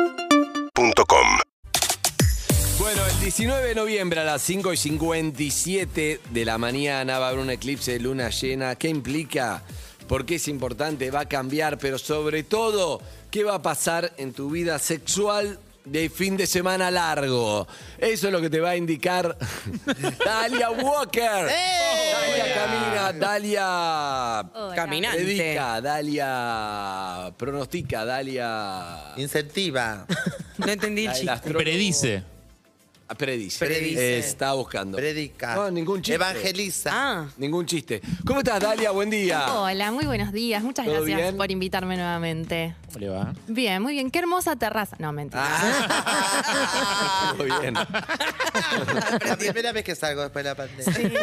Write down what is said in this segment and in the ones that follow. UrbanaPlayFM.com Bueno, el 19 de noviembre a las 5 y 57 de la mañana va a haber un eclipse de luna llena. ¿Qué implica? ¿Por qué es importante? ¿Va a cambiar? Pero sobre todo, ¿qué va a pasar en tu vida sexual de fin de semana largo? Eso es lo que te va a indicar Dalia Walker. Dalia Camina, Dalia Caminante. predica, Dalia pronostica, Dalia... Incentiva. No entendí el la- la chiste. astro- Predice. Ah, Predice. Predice. Eh, estaba buscando. Predica. No, ningún chiste. Evangeliza. Ah, Ningún chiste. ¿Cómo estás, Dalia? Buen día. Hola, muy buenos días. Muchas ¿Todo gracias bien? por invitarme nuevamente. ¿Cómo le va? Bien, muy bien. Qué hermosa terraza. No, mentira. Ah, muy bien. La primera vez que salgo después de la pandemia.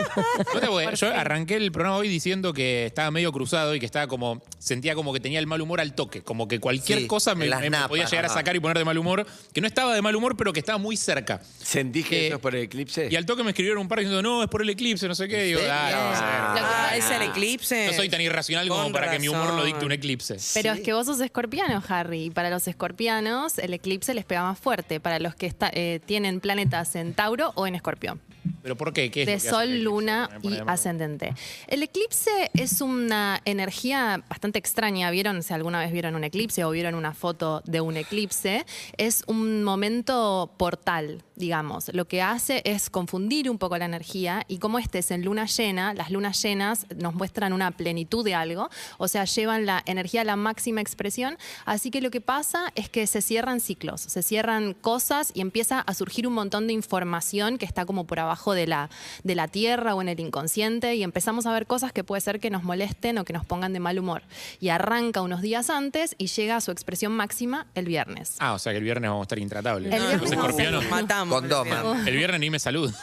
No te voy- Yo arranqué el programa hoy diciendo que estaba medio cruzado y que estaba como. Sentía como que tenía el mal humor al toque. Como que cualquier Sí, cosa me, en las me napas, podía llegar a ajá. sacar y poner de mal humor. Que no estaba de mal humor, pero que estaba muy cerca. ¿Sentís que Eh, eso es por el eclipse? Y al toque me escribieron un par diciendo, no, es por el eclipse, no sé qué. Digo, "Ah, no, ah, no sé". es el eclipse. no soy tan irracional como Con para que mi humor razón. lo dicte un eclipse. Pero es que vos sos escorpiano, Harry, y para los escorpianos el eclipse les pega más fuerte, para los que está- eh, tienen planetas en Tauro o en Escorpión. ¿Pero por qué? ¿Qué es lo de que hace el Sol, eclipse? Luna Me pone y de mal humor. Ascendente. El eclipse es una energía bastante extraña. ¿Vieron? Si alguna vez vieron un eclipse o vieron una foto de un eclipse, es un momento portal, digamos. Lo que hace es confundir un poco la energía y como este es en luna llena, las lunas llenas nos muestran una plenitud de algo, o sea, llevan la energía a la máxima expresión. Así que lo que pasa es que se cierran ciclos, se cierran cosas y empieza a surgir un montón de información que está como por abajo de la, de la tierra o en el inconsciente y empezamos a ver cosas que puede ser que nos molesten o que nos pongan de mal humor. Y arranca unos días antes y llega a su expresión máxima el viernes. Ah, o sea que el viernes vamos a estar intratables. El viernes Los vamos a escorpianos. Nos matamos. Condoma. El viernes ni me saluda.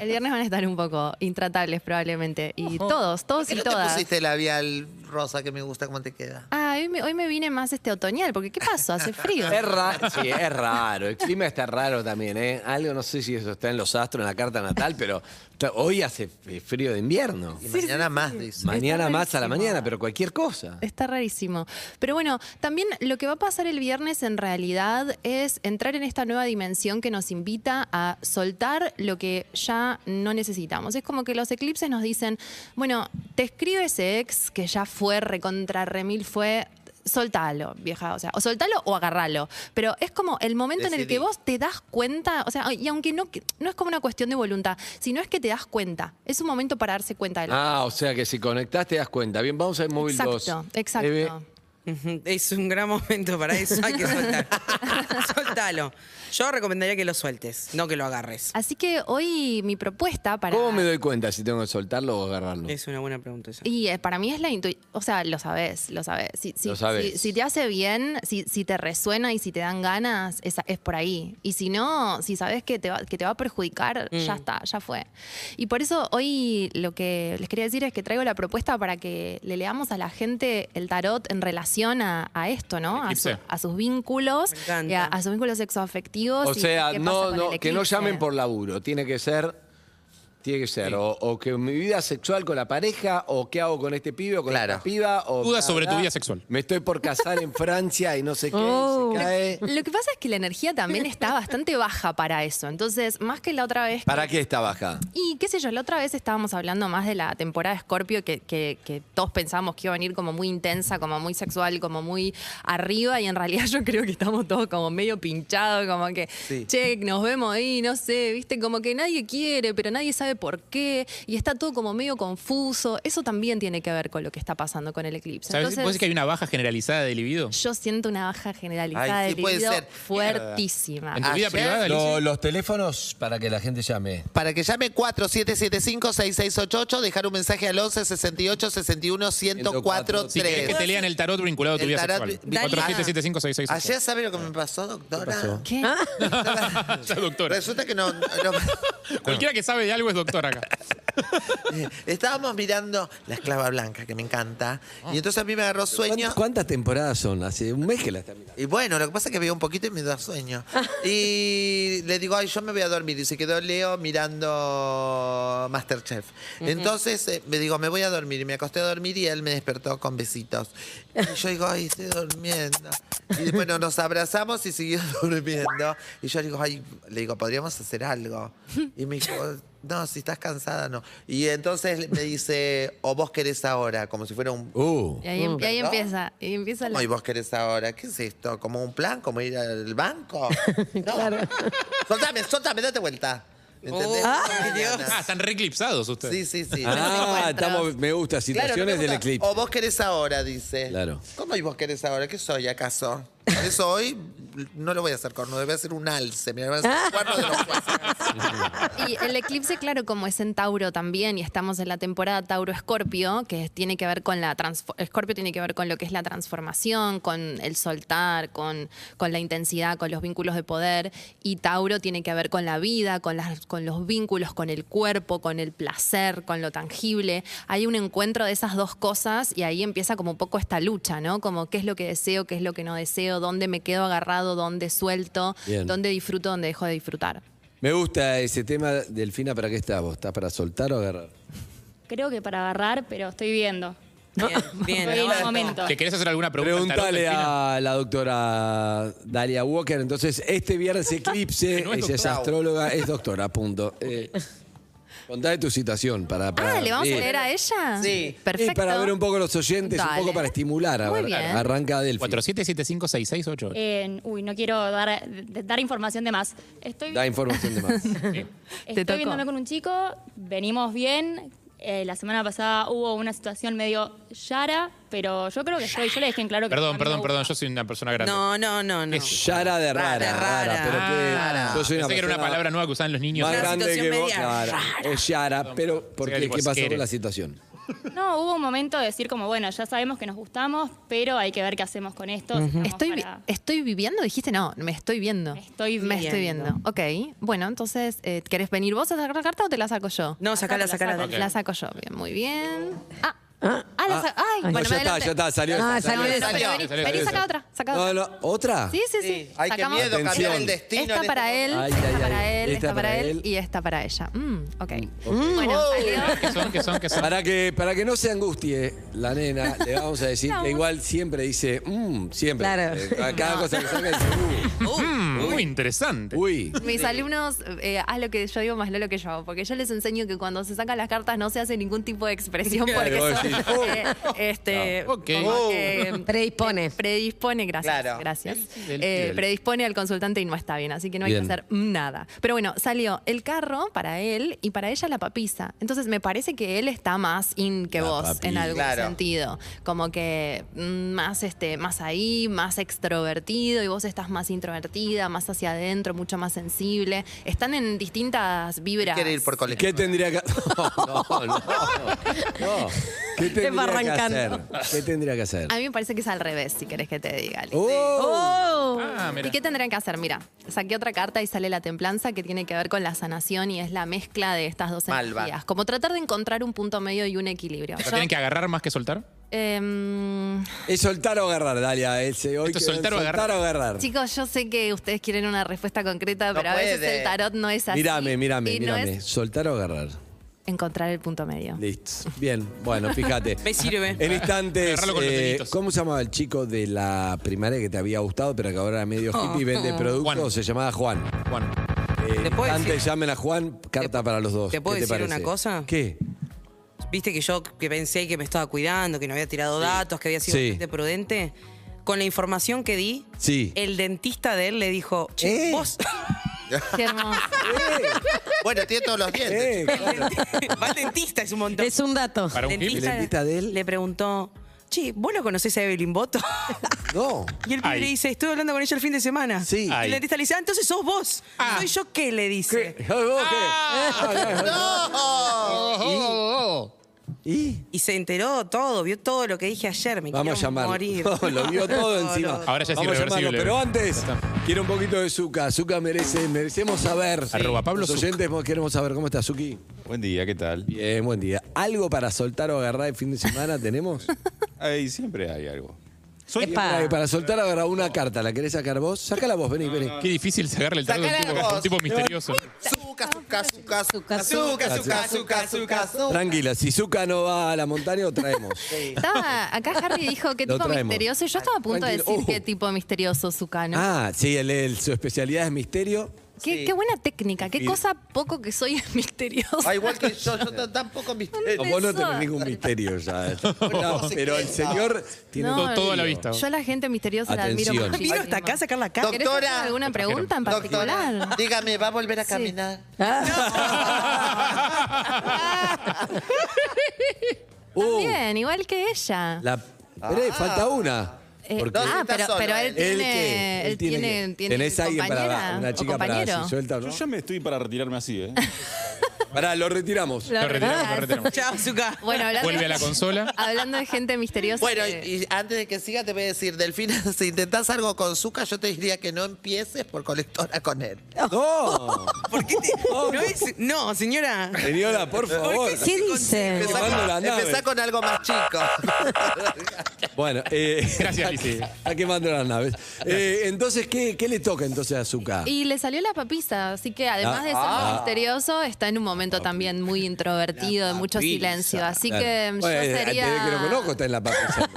El viernes van a estar un poco intratables probablemente. Y todos, todos ¿Por y qué no te todas. pusiste labial rosa que me gusta cómo te queda? Ah, hoy me, hoy me vine más este otoñal, porque ¿qué pasó? Hace frío. Es raro, sí, es raro. El clima está raro también, ¿eh? Algo, no sé si eso está en los astros, en la carta natal, pero ta- hoy hace eh, frío de invierno. Y mañana más, dice. Mañana Está más a la rarísimo. mañana, pero cualquier cosa. Está rarísimo. Pero bueno, también lo que va a pasar el viernes en realidad es entrar en esta nueva dimensión que nos invita a soltar lo que ya no necesitamos. Es como que los eclipses nos dicen, bueno, te escribe ese ex que ya fue recontra remil, fue... Soltalo, vieja, o sea, o soltalo o agarralo. Pero es como el momento en el Decidí. que vos te das cuenta, o sea, y aunque no, no es como una cuestión de voluntad, sino es que te das cuenta. Es un momento para darse cuenta de lo Ah, o sea que si conectás te das cuenta. Bien, vamos al móvil 2. Exacto, exacto. Eve, Ujú, Es un gran momento para eso. Hay que soltar. Soltalo. Yo recomendaría que lo sueltes, no que lo agarres. Así que hoy mi propuesta para... ¿Cómo me doy cuenta si tengo que soltarlo o agarrarlo? Es una buena pregunta esa. Y eh, para mí es la intuición, o sea, lo sabes, lo sabes. Si, si- Lo sabés. si- si te hace bien, si, si te resuena y si te dan ganas, es, es por ahí. Y si no, si sabes que te va, que te va a perjudicar, Mm. ya está, ya fue. Y por eso hoy lo que les quería decir es que traigo la propuesta para que le leamos a la gente el tarot en relación a, a esto, ¿no? A, su- Eclipse. a sus vínculos, Me encanta. y a, a sus vínculos sexoafectivos. O y sea, qué pasa no, con no, el que no eclipse. llamen por laburo. Tiene que ser. Tiene que ser. O, o que mi vida sexual con la pareja, o qué hago con este pibe o con Claro. esta piba. O Dudas bla, sobre tu bla. vida sexual. Me estoy por casar en Francia y no sé qué. y Oh. se cae. Lo que pasa es que la energía también está bastante baja para eso. Entonces, más que la otra vez. ¿Para qué está baja? Y qué sé yo, la otra vez estábamos hablando más de la temporada de Scorpio que, que- que todos pensábamos que iba a venir como muy intensa, como muy sexual, como muy arriba. Y en realidad yo creo que estamos todos como medio pinchados, como que, che, nos vemos ahí, no sé, viste, como que nadie quiere, pero nadie sabe por qué. Y está todo como medio confuso. Eso también tiene que ver con lo que está pasando con el eclipse. ¿Sabes? ¿Puede Entonces, ser que hay una baja generalizada de libido? yo siento una baja generalizada Ay, sí, de puede libido ser. fuertísima. En tu vida Ayer privada, Alicia? los teléfonos para que la gente llame. Para que llame 4775-6688, dejar un mensaje al 11 68 61 104 Si querés que te lean el tarot vinculado a tu El vida tarot sexual. vinculado- 477566. Ayer, ¿sabe lo que me pasó, doctora? ¿Qué? doctora. Resulta que no- no Cualquiera que sabe de algo es doctora acá. Eh, Estábamos mirando La Esclava Blanca, que me encanta. Ah. Y entonces a mí me agarró sueño. ¿Cuántas, cuántas temporadas son? Hace un mes que la está mirando. Y bueno, lo que pasa es que veo un poquito y me da sueño. Y le digo, ay, yo me voy a dormir. Y se quedó Leo mirando Masterchef. Entonces eh, me digo, me voy a dormir. Y me acosté a dormir y él me despertó con besitos. Y yo digo, ay, estoy durmiendo. Y bueno, nos abrazamos y siguió durmiendo. Y yo digo, ay, le digo, podríamos hacer algo. Y me dijo, no, si estás cansada, no. Y entonces me dice, o vos querés ahora, como si fuera un Uh, Y ahí, em- y ahí ¿Perdón? empieza. Y empieza la- ¿Cómo y vos querés ahora? ¿Qué es esto? ¿Como un plan? ¿Como ir al banco? No. Soltame, soltame, date vuelta. ¿Entendés? Oh, No, Dios. no, no. Ah, están reclipsados ustedes. Sí, sí, sí. ah, encuentras. estamos, me gusta, Claro, no situaciones me del gusta. eclipse. O vos querés ahora, dice. Claro. ¿Cómo y vos querés ahora? ¿Qué soy acaso? Por eso hoy no lo voy a hacer cornudo, voy a hacer un alce. Mira, voy a hacer un cuerno de los cuatro. Y el eclipse, claro, como es en Tauro también, y estamos en la temporada Tauro-Escorpio, que tiene que ver con la transfo- Escorpio tiene que ver con lo que es la transformación, con el soltar, con, con la intensidad, con los vínculos de poder. Y Tauro tiene que ver con la vida, con, las, con los vínculos, con el cuerpo, con el placer, con lo tangible. Hay un encuentro de esas dos cosas y ahí empieza como un poco esta lucha, ¿no? Como qué es lo que deseo, qué es lo que no deseo, dónde me quedo agarrado, dónde suelto, Bien. dónde disfruto, dónde dejo de disfrutar. Me gusta ese tema, Delfina, ¿para qué estás vos? ¿Estás para soltar o agarrar? Creo que para agarrar, pero estoy viendo. Bien, bien. Estoy en un aguanto. momento. ¿Te querés hacer alguna pregunta? al tarot, Pregúntale Delfina? a la doctora Dalia Walker. Entonces, este viernes eclipse, Que no es ella es doctora. astróloga, es doctora, punto. Eh, contá de tu situación para. para Ah, ¿le vamos sí. a leer a ella? Sí. Perfecto. Y para ver un poco los oyentes, un Dale. poco para estimular. A Muy ver, bien. arranca Delfina. 47756688. En- uy, no quiero dar, de- dar información de más. Estoy, Da información de más. Te estoy tocó. viéndome con un chico, venimos bien. Eh, la semana pasada hubo una situación medio yara, pero yo creo que estoy. Yo le dejé en claro que. a Perdón, mí me perdón, gusta. perdón, yo soy una persona grande. No, no, no, no. Es- Yara de rara, Rara, rara, rara. pero que Ah, yo soy una pensé que era una persona palabra nueva que usaban los niños. más Una grande que situación vos. media Claro, es Yara, pero ¿por Sí, qué? tipo, ¿Qué pasó eres. con la situación? No, hubo un momento de decir, como bueno, ya sabemos que nos gustamos, pero hay que ver qué hacemos con esto. si estamos Estoy, vi- para- ¿Estoy viviendo? Dijiste, no, me estoy viendo. Me estoy Me estoy viendo. Ok, bueno, entonces, eh, ¿querés venir vos a sacar la carta o te la saco yo? No, sacala, sacala. saco. dale. Ok. La saco yo, bien, muy bien. Ah, ah, la sa- Ay, bueno, me No, ya está, adelanté. ya está, salió. Ah, ya salió, No, salió. pero salió, vení, salió, vení, salió, saca salió. otra, saca No, otra. no, ¿Otra? Sí, sí, sí. Ay, qué Sacamos- miedo, cambiar el Atención. destino. Esta en para este él, Ay, esta ay, para ay. él, esta para él y esta para ella. Mm, ok. Bueno, Oh. salió. ¿Qué son? ¿Qué son? ¿Qué son? Para que, para que no se angustie la nena, le vamos a decir que igual siempre dice, mmm, siempre. Claro. Eh, cada- cada cosa que salga dice, Mm, muy interesante. uh, uy. Mis alumnos, eh, haz lo que yo digo más no lo que yo hago, porque yo les enseño que cuando se sacan las cartas no se hace ningún tipo de expresión porque Claro, son, sí. eh, este, No. Ok. como que Predispone. predispone, gracias, Claro. gracias. del Eh, nivel. predispone al consultante y no está bien, así que no hay Bien. que hacer nada. Pero bueno, salió el carro para él y para ella la papisa. Entonces me parece que él está más in que La vos en papisa. algún Claro. sentido, como que mm, más este, más ahí, más extrovertido y vos estás más introvertida, más hacia adentro, mucho más sensible. Están en distintas vibras. Quiere ir por colectivo. ¿Qué tendría que No, no, no. no. ¿Qué tendría que hacer? arrancando. ¿Qué tendría que hacer? A mí me parece que es al revés, si querés que te diga. Alex. Oh, Ah, mira. ¿Y qué tendrán que hacer? Mira, saqué otra carta y sale la templanza que tiene que ver con la sanación y es la mezcla de estas dos Malva. energías. Como tratar de encontrar un punto medio y un equilibrio. ¿La Yo, tienen que agarrar más que soltar? em, Es soltar o agarrar, Dalia. Es, eh, hoy Esto es que- soltar o o agarrar. chicos, yo sé que ustedes quieren una respuesta concreta, No pero a veces puede. el tarot no es así. Mírame, mírame, y no mírame. es Soltar o agarrar. encontrar el punto medio. Listo. Bien, bueno, fíjate. Me sirve. En instantes, Agarralo con los eh, deditos. ¿cómo se llamaba el chico de la primaria que te había gustado, pero que ahora era medio hippie y vende productos? Juan. Se llamaba Juan. Bueno, Eh, ¿Te puedo antes decir- llamen a Juan, carta te- para los dos. te puedo ¿Qué decir parece? una cosa? ¿Qué? Viste que yo que pensé que me estaba cuidando, que no había tirado datos, que había sido Sí. bastante prudente. Con la información que di, Sí. el dentista de él le dijo, che, ¿Eh? vos... Qué hermoso. Bueno, tiene todos los dientes. Eh, claro. Va al dentista, es un montón. Es un dato. para un hippie. ¿El dentista de él? Le preguntó, che, ¿vos lo conocés a Evelyn Boto? no. Y el pibe Ay. le dice, estuve hablando con ella el fin de semana. Sí. Y Ay. el dentista le dice, ah, entonces sos vos. Ah. ¿Soy yo qué? Le dice. ¿Qué? ¿Vos qué? Oh, oh, oh. ¿Y? Y se enteró todo, vio todo lo que dije ayer. Me Vamos a quiero llamar. morir. lo vio todo encima. Ahora ya es Vamos a llamarlo, irreversible. pero antes, Ya está. Quiero un poquito de Zuka. Zuka merece, merecemos saber. Arroba Pablo Los Zucca. oyentes queremos saber cómo está Zuki. Buen día, ¿qué tal? Bien, buen día. ¿Algo para soltar o agarrar el fin de semana tenemos? Ahí siempre hay algo. Ay, Epa. Para soltar agarrar una carta, ¿la querés sacar vos? Sácala vos, vení, vení. Qué difícil sacarle el trago a un Sacala tipo, vos. a un tipo misterioso. Azúcar, azúcar, azúcar, azúcar, azúcar, Azúcar. azúcar, azúcar, azúcar. Tranquila, si Zuka no va a la montaña, lo traemos. Estaba, acá Harry dijo qué Lo tipo traemos. misterioso. y Yo estaba a punto de Tranquilo. decir qué Uh. tipo misterioso Zucano. Ah, sí, el- el- su especialidad es misterio. qué, qué buena técnica, qué Sí. cosa poco que soy es misterioso. Ah, igual que yo, yo t- tampoco me Empezó. Vos no tenés ningún misterio ya. eh. No, pero el señor tiene No, Todo- todo a la vista. Yo a la gente misteriosa Atención. la admiro Vino Vino hasta acá a sacar la cara. ¿Querés hacer Doctora. alguna pregunta en particular? Doctora, dígame, ¿va a volver a caminar? Uh, Bien, igual que ella. la, Esperá, falta una. Eh, Porque No, ah, está ¿eh? pero, solo, pero él él. ¿él tiene, qué? él tiene, qué? tiene ¿Tenés alguien para compañera una o chica para compañero. si suelta o Yo no? ya me estoy para retirarme así, ¿eh? Pará, lo retiramos. Lo retiramos, lo retiramos. Chao, Zuka. Bueno, hablando, Vuelve a la consola. hablando de gente misteriosa. eh, Bueno, que- y, y antes de que siga, te voy a decir, Delfina, si intentás algo con Zuka, yo te diría que no empieces por colectora con él. Eh. No, ¿Por qué te- no, es- no, señora. señora, por favor. ¿Qué dice? Empezá Tomando la con, nave. empezá con algo más chico. Bueno, eh, Gracias, Lizzy. Está quemando las naves. Eh, entonces, ¿qué, ¿qué le toca entonces a Azúcar? Y le salió la papisa, así que además de ser Ah. misterioso, está en un momento también muy introvertido, de mucho silencio. Así que yo sería. Desde que lo conozco está en la papisa.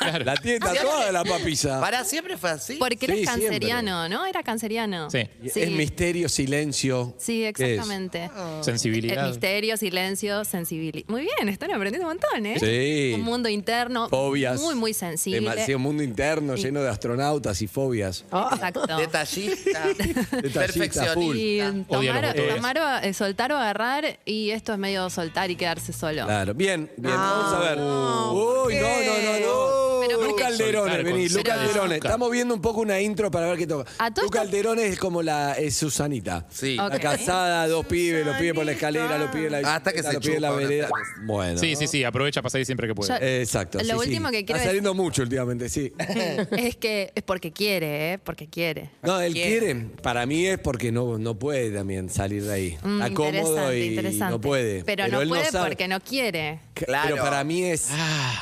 Claro. La tiene tatuada la papisa. Para siempre fue así. Porque Sí, eres siempre. canceriano, ¿no? Era canceriano. Sí. Es misterio, silencio. Sí, ¿Qué es? exactamente. Eh, Sensibilidad. misterio, silencio, sensibilidad. Muy bien, están aprendiendo un montón, ¿eh? Sí. Un mundo interno. Fobias. Muy, muy sensible. Demasiado mundo interno lleno de astronautas y fobias. Exacto. Detallista. Detallista, full. perfeccionista. Y Odia a los tomar, botones. tomar o- eh, soltar o agarrar, y esto es medio soltar y quedarse solo. Claro. Bien, bien. Vamos a ver. Uy, no, no, no, Ah, Pero no. Lu porque- Calderones, Soltar con vení, Lu Pero- Calderones. Estamos viendo un poco una intro para ver qué toca. A todo Lu esto- Calderones es como la es Susanita. Sí. Ok. La casada, dos pibes, los pibes por la escalera, los pibes en la bicicleta, Hasta que se los pibes en la chupa una vereda. vez. Bueno. Sí, sí, sí, aprovecha para salir siempre que pueda. Ya- Exacto. Lo sí, sí. último que quiero Está saliendo mucho últimamente, sí. Es que es porque quiere, ¿eh? Porque quiere. No, él quiere. Para mí es porque no, no puede también salir de ahí. Mm, Está cómodo interesante, y interesante. no puede. Pero, no él puede sabe. porque no quiere. Claro. Ah. Pero para mí es.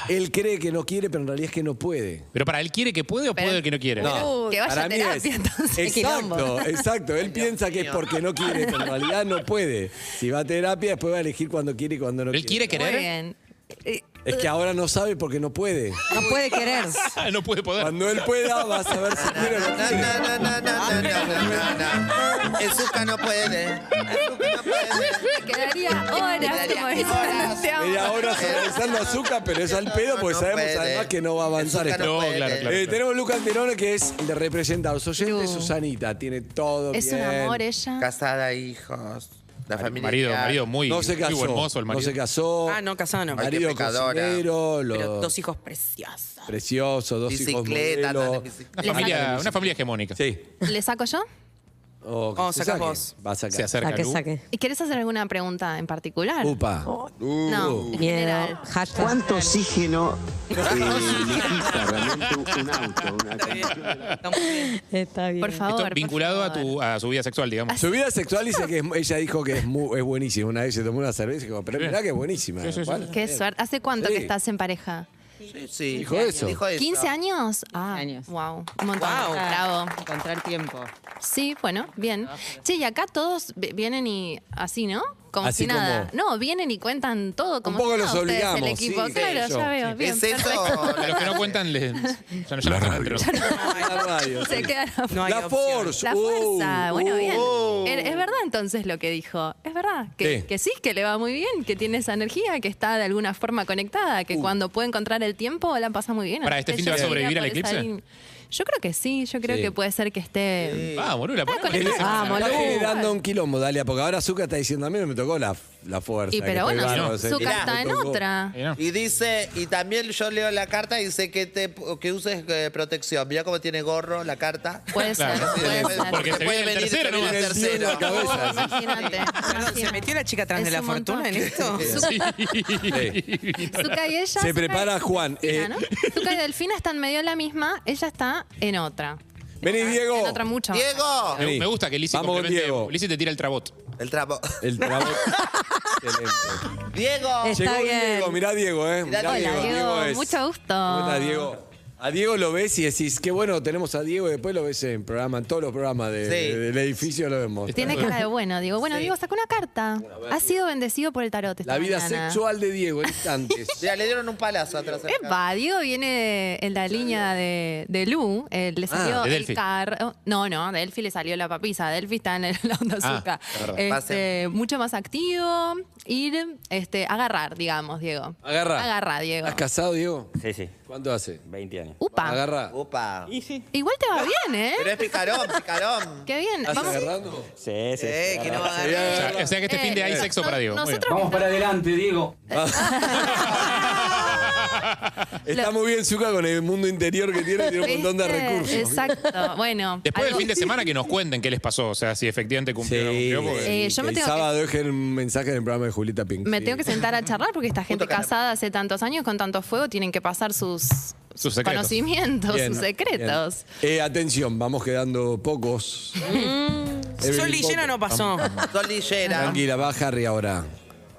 Él cree que no quiere, pero en realidad es que no puede. Pero para él quiere que puede o Pero- puede que no quiere. No. Uh, que vaya para a mí terapia, es- entonces. Exacto, Quilombo. exacto. Él piensa que es porque no quiere, pero en realidad no puede. Si va a terapia, después va a elegir cuando quiere y cuando no ¿Él quiere Muy querer? bien. Eh, Es que ahora no sabe porque no puede. No puede querer. no puede poder. Cuando él pueda, va a saber si quiere o no Na, quiere. na, na, na, na, na, na, na, na. El Zuka no puede. El Zuka no puede. Quedaría horas Quedaría como dicen, horas. te amo. Y ahora analizando azúcar, pero es al pedo porque No sabemos puede. además que no va a avanzar Azúcar esto. No, puede. claro, claro. Eh, tenemos Lucas Terone que es el de representado. Su oyente es Lu. Susanita, tiene todo Es un bien. eh. amor ella. Casada, hijos. La familia. Marido, marido muy, No se muy casó. buen mozo el no marido. se casó. Ah, no, casado no. Ay, qué Marido pecadora. cocinero, los Pero dos hijos preciosos. preciosos, dos hijos Bicicleta, andan modelo. en bicicleta. Una Le familia, saca- una familia hegemónica. Sí. ¿Le saco yo? O que Oh, se sacás saque. vos. Va a sacar. Se acerca. Saque, Lu. saque. ¿Y querés hacer alguna pregunta en particular? Upa. Oh, Uh. No, en Miedo. general. Hashtag. ¿Cuánto oxígeno eh, necesita realmente un auto? Una canción de la- Está muy bien. Está bien. Por Esto favor. por vinculado a, tu, a su vida sexual, digamos. Su vida sexual dice que es- ella dijo que es, mu- es buenísima. Una vez se tomó una cerveza y dijo, pero mirá que es buenísima. ¿Cuál? Qué suerte. ¿Hace cuánto Sí. que estás en pareja? Sí, sí. Dijo eso. Dijo eso. ¿15 años? Ah, años. wow. Un montón. Wow. Bravo. Encontrar tiempo. Sí, bueno, bien. Che, y acá todos vi- vienen y así, ¿no? Como Así si nada. como- No, vienen y cuentan todo como poco si los nada, ustedes, obligamos, el equipo. sí, claro, sí, yo. ya veo. Bien, Es eso. perfecto. A los que no cuentan, les, ya no- ya no están entre nosotros. La radio. Se sí. quedaron. No hay La opción. Force. La uh, fuerza, bueno, uh, bien. uh. Es, es verdad entonces lo que dijo. Es verdad. Que Sí. que sí. que le va muy bien, que tiene esa energía, que está de alguna forma conectada, que cuando puede encontrar el tiempo la pasa muy bien. Pará, Así Uh. ¿este que fin de yo va a iría sobrevivir por al esa eclipse? línea. Yo creo que sí, yo creo Sí. que puede ser que esté. Ah, boludo, Está ponemos. conectado. Vamos, Está Lu. generando un quilombo, Dalia, porque ahora Zucca está diciendo, a mí no me tocó la, la fuerza. Y que pero estoy bueno, bárbaro, no, se- su Mirá, carta me en tocó. otra. Eh, no. Y dice, y también yo leo la carta y dice que, te, que uses eh, protección. Mira cómo tiene gorro la carta. Puede ser, Claro. puede Porque- ser. Porque se Puede viene el venir, tercero, se ¿no? viene el Tiene en la tercero. cabeza. ¿eh? Imagínate. Perdón, ¿Se imagínate. metió la chica atrás Es de la un fortuna montón. en esto? Zucca y ella. Se Zucca prepara y Juan. Delfina, Eh, ¿no? Zucca y Delfina están medio en la misma, ella está en otra. Vení, Diego. En otra mucho. Diego, Me, me gusta que Lizzy Vamos con complemente- Diego. Lizzy te tira el trabot. el trapo. El trabajo. Excelente. Diego, Está Llegó bien. Diego, mirá Diego, ¿eh? Mirá Hola, Diego. Diego. es- Mucho gusto. ¿Cómo estás, Diego? A Diego lo ves y decís, qué bueno, tenemos a Diego y después lo ves en programa, en todos los programas de- Sí. de- del edificio lo vemos. Tiene cara de bueno. Digo, bueno, Diego, sacó una carta. Ha sido bendecido por el tarot esta La vida mañana. sexual de Diego, instantes. Mira, le dieron un palazo atrás. acá. Epa, Diego viene en la línea de, de Lu. eh, Ah, le salió de el Delphi. carro. No, no, a Delphi le salió la papisa. Delphi está en el- la onda Ah, azúcar. claro. Este, Pasen. mucho más activo. Ir, este, agarrar, digamos, Diego. Agarra. Agarra, Diego. ¿Estás casado, Diego? Sí, sí, ¿Cuánto hace? 20 años. Upa. Agarra. Opa. Y sí. Igual te va bien, ¿eh? Pero es picarón, picarón. Qué bien. ¿Estás Vamos. agarrando? Sí, sí. Eh, que no va a Sí, O agarra. sea, o sea que este Eh, fin de hay no- sexo no- para Diego. Muy bien. nosotros- Vamos para adelante, Diego. Ah. Está muy bien Zuka con el mundo interior que tiene, tiene un montón de ¿Viste? recursos. este, Exacto. Bueno. Después algo- del fin de semana que nos cuenten qué les pasó, o sea, si efectivamente cumplió o no Sí, cumplió. porque- Eh, yo me el tengo que- sábado dejen un mensaje en el programa de Julieta Pink. Me Sí. tengo que sentar a charlar porque esta gente Caramba. casada hace tantos años con tanto fuego tienen que pasar sus, sus secretos. conocimientos, Bien, sus secretos. bien. Eh, atención, vamos quedando pocos. Evelyn, Sol y Mm. llena poco. no pasó. Sol Lillera. Tranquila, va Harry ahora.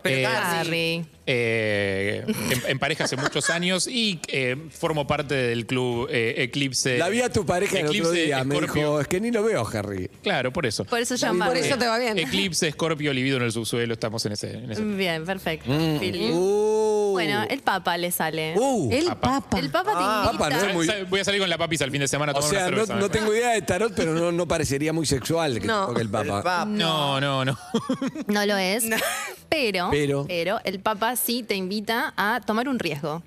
Eh, Harry. eh, en, en pareja hace muchos años y eh, formo parte del club eh, Eclipse. La vi a tu pareja el otro Eclipse, día, me Scorpio. dijo, es que ni lo veo, Harry. Claro, por eso. Por eso Por llamarme. eso te va bien. Eclipse, Escorpio, Libido en el subsuelo, estamos en ese. en ese. Bien, perfecto. Fili. Uh. Bueno, el Papa le sale. Uh. El Papa. El Papa te invita. Papa, no es muy... Voy a salir con la papisa el fin de semana a O tomar sea, una no, cerveza. no tengo idea de tarot, pero no, no parecería muy sexual que No. toque el El Papa. pap. No, no, no. No lo es. Pero, Pero. pero, el Papa sí te invita a tomar un riesgo.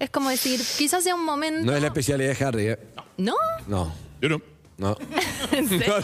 Es como decir, quizás sea un momento. No es la especialidad de Harry, ¿eh? ¿No? No, Yo no. no. ¿En serio?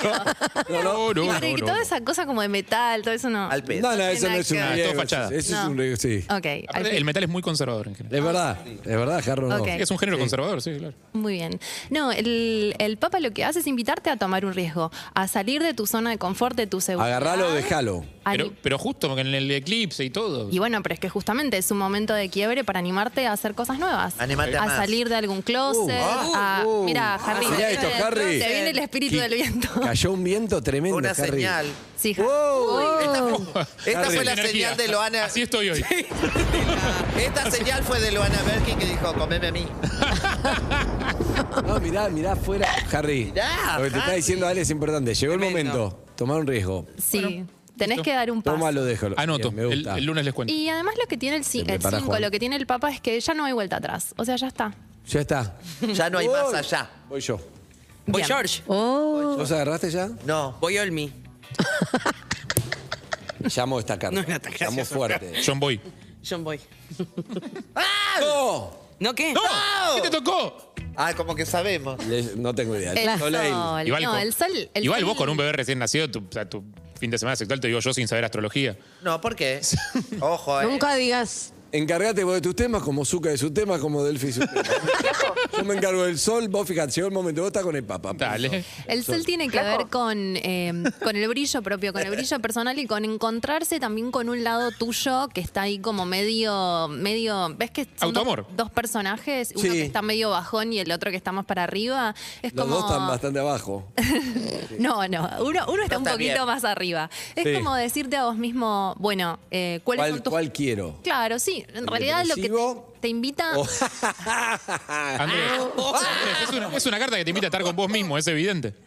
No, no, no, Viste que no, toda no. esa cosa como de metal, todo eso no. Al pedo. No, no, eso no Nada es un que ver. Ah, riesgo. todo fachada. Eso es No. un riesgo, sí. Ok, al Aparte, fin. el metal es muy conservador en general. Es verdad, es verdad, Harry no. Ok. Es un género conservador, sí, claro. Muy bien. No, el, el Papa lo que hace es invitarte a tomar un riesgo, a salir de tu zona de confort, de tu seguridad. Agarralo, déjalo. Ani- Pero, pero justo, porque en el eclipse y todo. y bueno, pero es que justamente es un momento de quiebre para animarte a hacer cosas nuevas. Animate a más. salir de algún closet. Uh, a- uh, mira, uh. Harry. Mirá te esto, viene- Harry. Te viene el espíritu del viento. Cayó un viento tremendo, Una Harry. señal. Sí, Harry. Uy, Uy. esta, esta Harry. fue la Energía. señal de Loana. Así estoy hoy. Esta señal fue de Loana Berkin que dijo, comeme a mí. No, mirá, mirá afuera, Harry. Mirá, Lo que te está Harry. diciendo Ale es importante. Llegó el Tremendo. momento. Tomar un riesgo. Sí, tenés que dar un paso. Tómalo, déjalo. Anoto. Bien, me Ah, el, gusta. el lunes les cuento. Y además lo que tiene el Se me para 5, Juan. lo que tiene el Papa es que ya no hay vuelta atrás. O sea, ya está. Ya está. Ya no hay Voy. más allá. Voy yo. Voy Bien. George. ¿Vos agarraste ya? No. Voy Olmi. Llamo esta carta. No era tan Llamo gracioso. fuerte. John Boy. John Boy. Ah. ¡No! ¿No qué? ¡No! ¿Qué te tocó? Ah, como que sabemos. Le- no tengo idea. El Soleil. sol. Igual, no, con- el sol. el igual sol- vos con un bebé recién nacido, tu, o sea, tu fin de semana sexual te digo yo sin saber astrología. No, ¿por qué? Ojo, eh. Nunca digas. Encargate vos de tus temas, como Zuka de su tema, como Delphi de su tema. Yo me encargo del sol, vos fijate, llegó el momento, vos estás con el papá. Dale. El sol tiene que ver con, eh, con el brillo propio, con el brillo personal y con encontrarse también con un lado tuyo que está ahí como medio, medio, ves que son dos, Autoamor. dos personajes, uno Sí. que está medio bajón y el otro que está más para arriba. Es Los como dos están bastante abajo. no, no, uno, uno está un está poquito bien. más arriba. Es Sí. como decirte a vos mismo, bueno, eh, ¿cuáles ¿Cuál, son tus cuál quiero? Claro, sí. En realidad lo que depresivo? te, te invita. Oh. Ah. Andrés, Andrés, es, una, es una carta que te invita a estar con vos mismo, es evidente.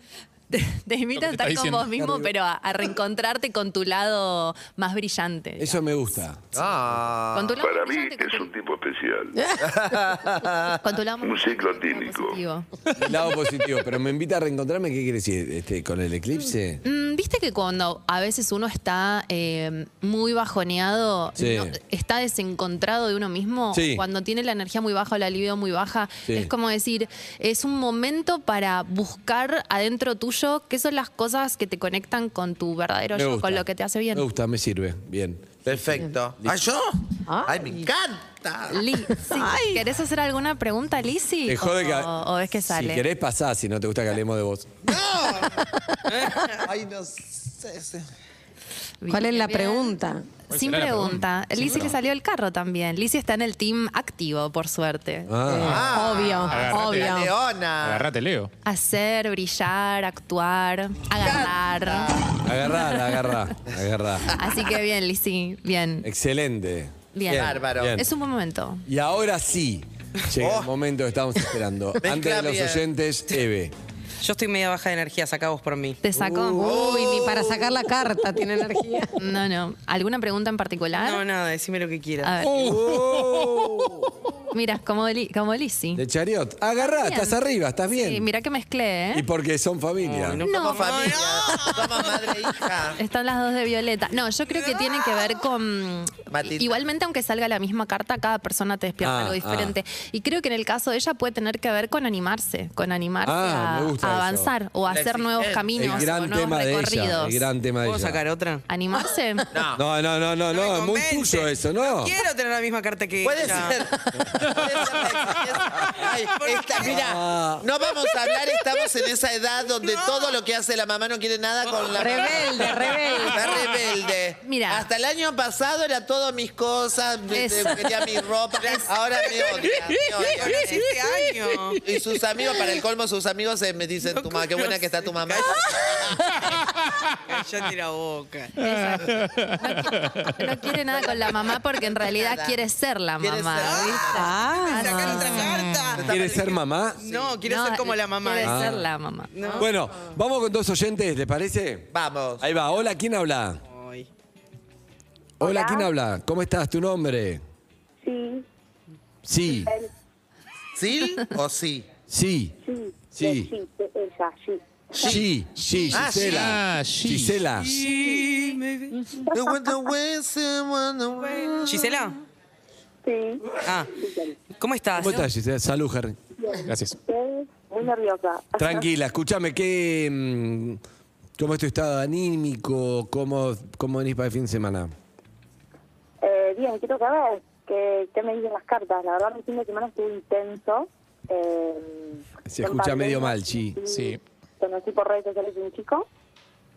Te, te invita a Lo que te estar está con diciendo. vos mismo, pero a, a reencontrarte con tu lado más brillante. Eso me gusta. Ah. Con tu lado más brillante, con tu- tipo especial. Ah. con tu lado más un brillante, ciclo con tu lado tímico. positivo. El lado positivo, pero me invita a reencontrarme, ¿qué quiere decir? Este, ¿Con el eclipse? Mm, Viste que cuando a veces uno está eh, muy bajoneado, Sí. no- está desencontrado de uno mismo, Sí. cuando tiene la energía muy baja o la libido muy baja, Sí. es como decir, es un momento para buscar adentro tuyo qué son las cosas que te conectan con tu verdadero Me yo, gusta. con lo que te hace bien. Me gusta, me sirve. Bien. Perfecto. ¿Ah, yo? Ay, me encanta. Li, sí. ¿Querés hacer alguna pregunta, Lizzy? Te jode que- o, o es que sale? Si querés pasar, si no te gusta que hablemos de vos. Ay, no sé. ¿Cuál es la Bien. pregunta? ¿Cuál Sin será la pregunta. pregunta? Sin Lizzie le pregunta. salió el carro también. Lizzie está en el team activo, por suerte. Ah. obvio, Agárrate. obvio. La Ah. leona. Agarrate, Leo. Hacer, brillar, actuar, agarrar. Agarrá, agarrá, agarrá. Así que bien, Lizzie. Bien. Excelente. Bien. Bárbaro. Bien. Es un buen momento. Y ahora sí, llega el momento que estábamos esperando. Mezcla Antes de los bien. oyentes, Eve. Yo estoy media baja de energía, saca vos por mí. ¿Te sacó? Uh. Uy, ni para sacar la carta tiene energía. No, no. ¿Alguna pregunta en particular? No, nada, decime lo que quieras. Ah, A ver. Oh. Mira, como, Li- como Lizzie. De Chariot. Agarrá, Bien. estás arriba, estás bien. Sí, mira que mezclé, Y ¿eh? porque son familia. Ay, no. Somos No, familia. Somos madre e hija. Están las dos de Violeta. No, yo creo que tiene que ver con. Matita. Igualmente, aunque salga la misma carta, cada persona te despierta Ah, algo diferente. Y creo que en el caso de ella puede tener que ver con animarse, con animarse Ah, a, me gusta a eso. avanzar o a La hacer nuevos exigencia. El caminos o gran nuevos tema de ella. recorridos. El gran tema de ¿Puedo ella. sacar otra? Ah, ¿Animarse? No, no, no, no, no, me es muy convence. tuyo eso, ¿no? Quiero tener la misma carta que Puede ella. ser. Puede ser la exigencia. Ay, Por esta- favor. mira, no vamos a hablar, estamos en esa edad donde todo lo que hace la mamá no quiere nada con la Rebelde, rebelde. Está rebelde. Mira. Hasta el año pasado era todo mis cosas, me- Es- me- quería mi ropa. Ahora me odia, me odia. Conocí Este año. Y sus amigos, para el colmo, sus amigos eh, me dicen, tu mamá, qué buena que está tu mamá. Cállate la boca. No quiere nada con la mamá porque en realidad quiere ser la Quiere mamá. ser- ¿viste? Ah, Sacar otra carta. ¿Quieres ser mamá? No, quiero No, ser como la mamá. Quiere Ah. ser la mamá. Bueno, vamos con dos oyentes, ¿les parece? Vamos. Ahí va, hola, ¿quién habla? Ay. Hola, ¿quién habla? ¿Cómo estás? ¿Tu nombre? Sí. ¿Sí o sí? Sí, sí, sí. Sí, sí, Ah, sí. Gisela. Ah, sí. Gisela. The way- the way someone- the way- ¿Gisela? Sí. Ah. ¿Cómo estás? ¿Cómo estás, Gisela? Salud, Harry. Gracias. Muy nerviosa. Tranquila, escúchame, ¿qué, mm, ¿cómo es tu estado anímico? ¿Cómo, ¿Cómo venís para el fin de semana? Eh, bien, quiero saber qué, qué me dicen las cartas. La verdad, mi fin de semana estuvo intenso. Eh, Se con escucha pandemia, medio mal, sí. Sí. Conocí por redes sociales un chico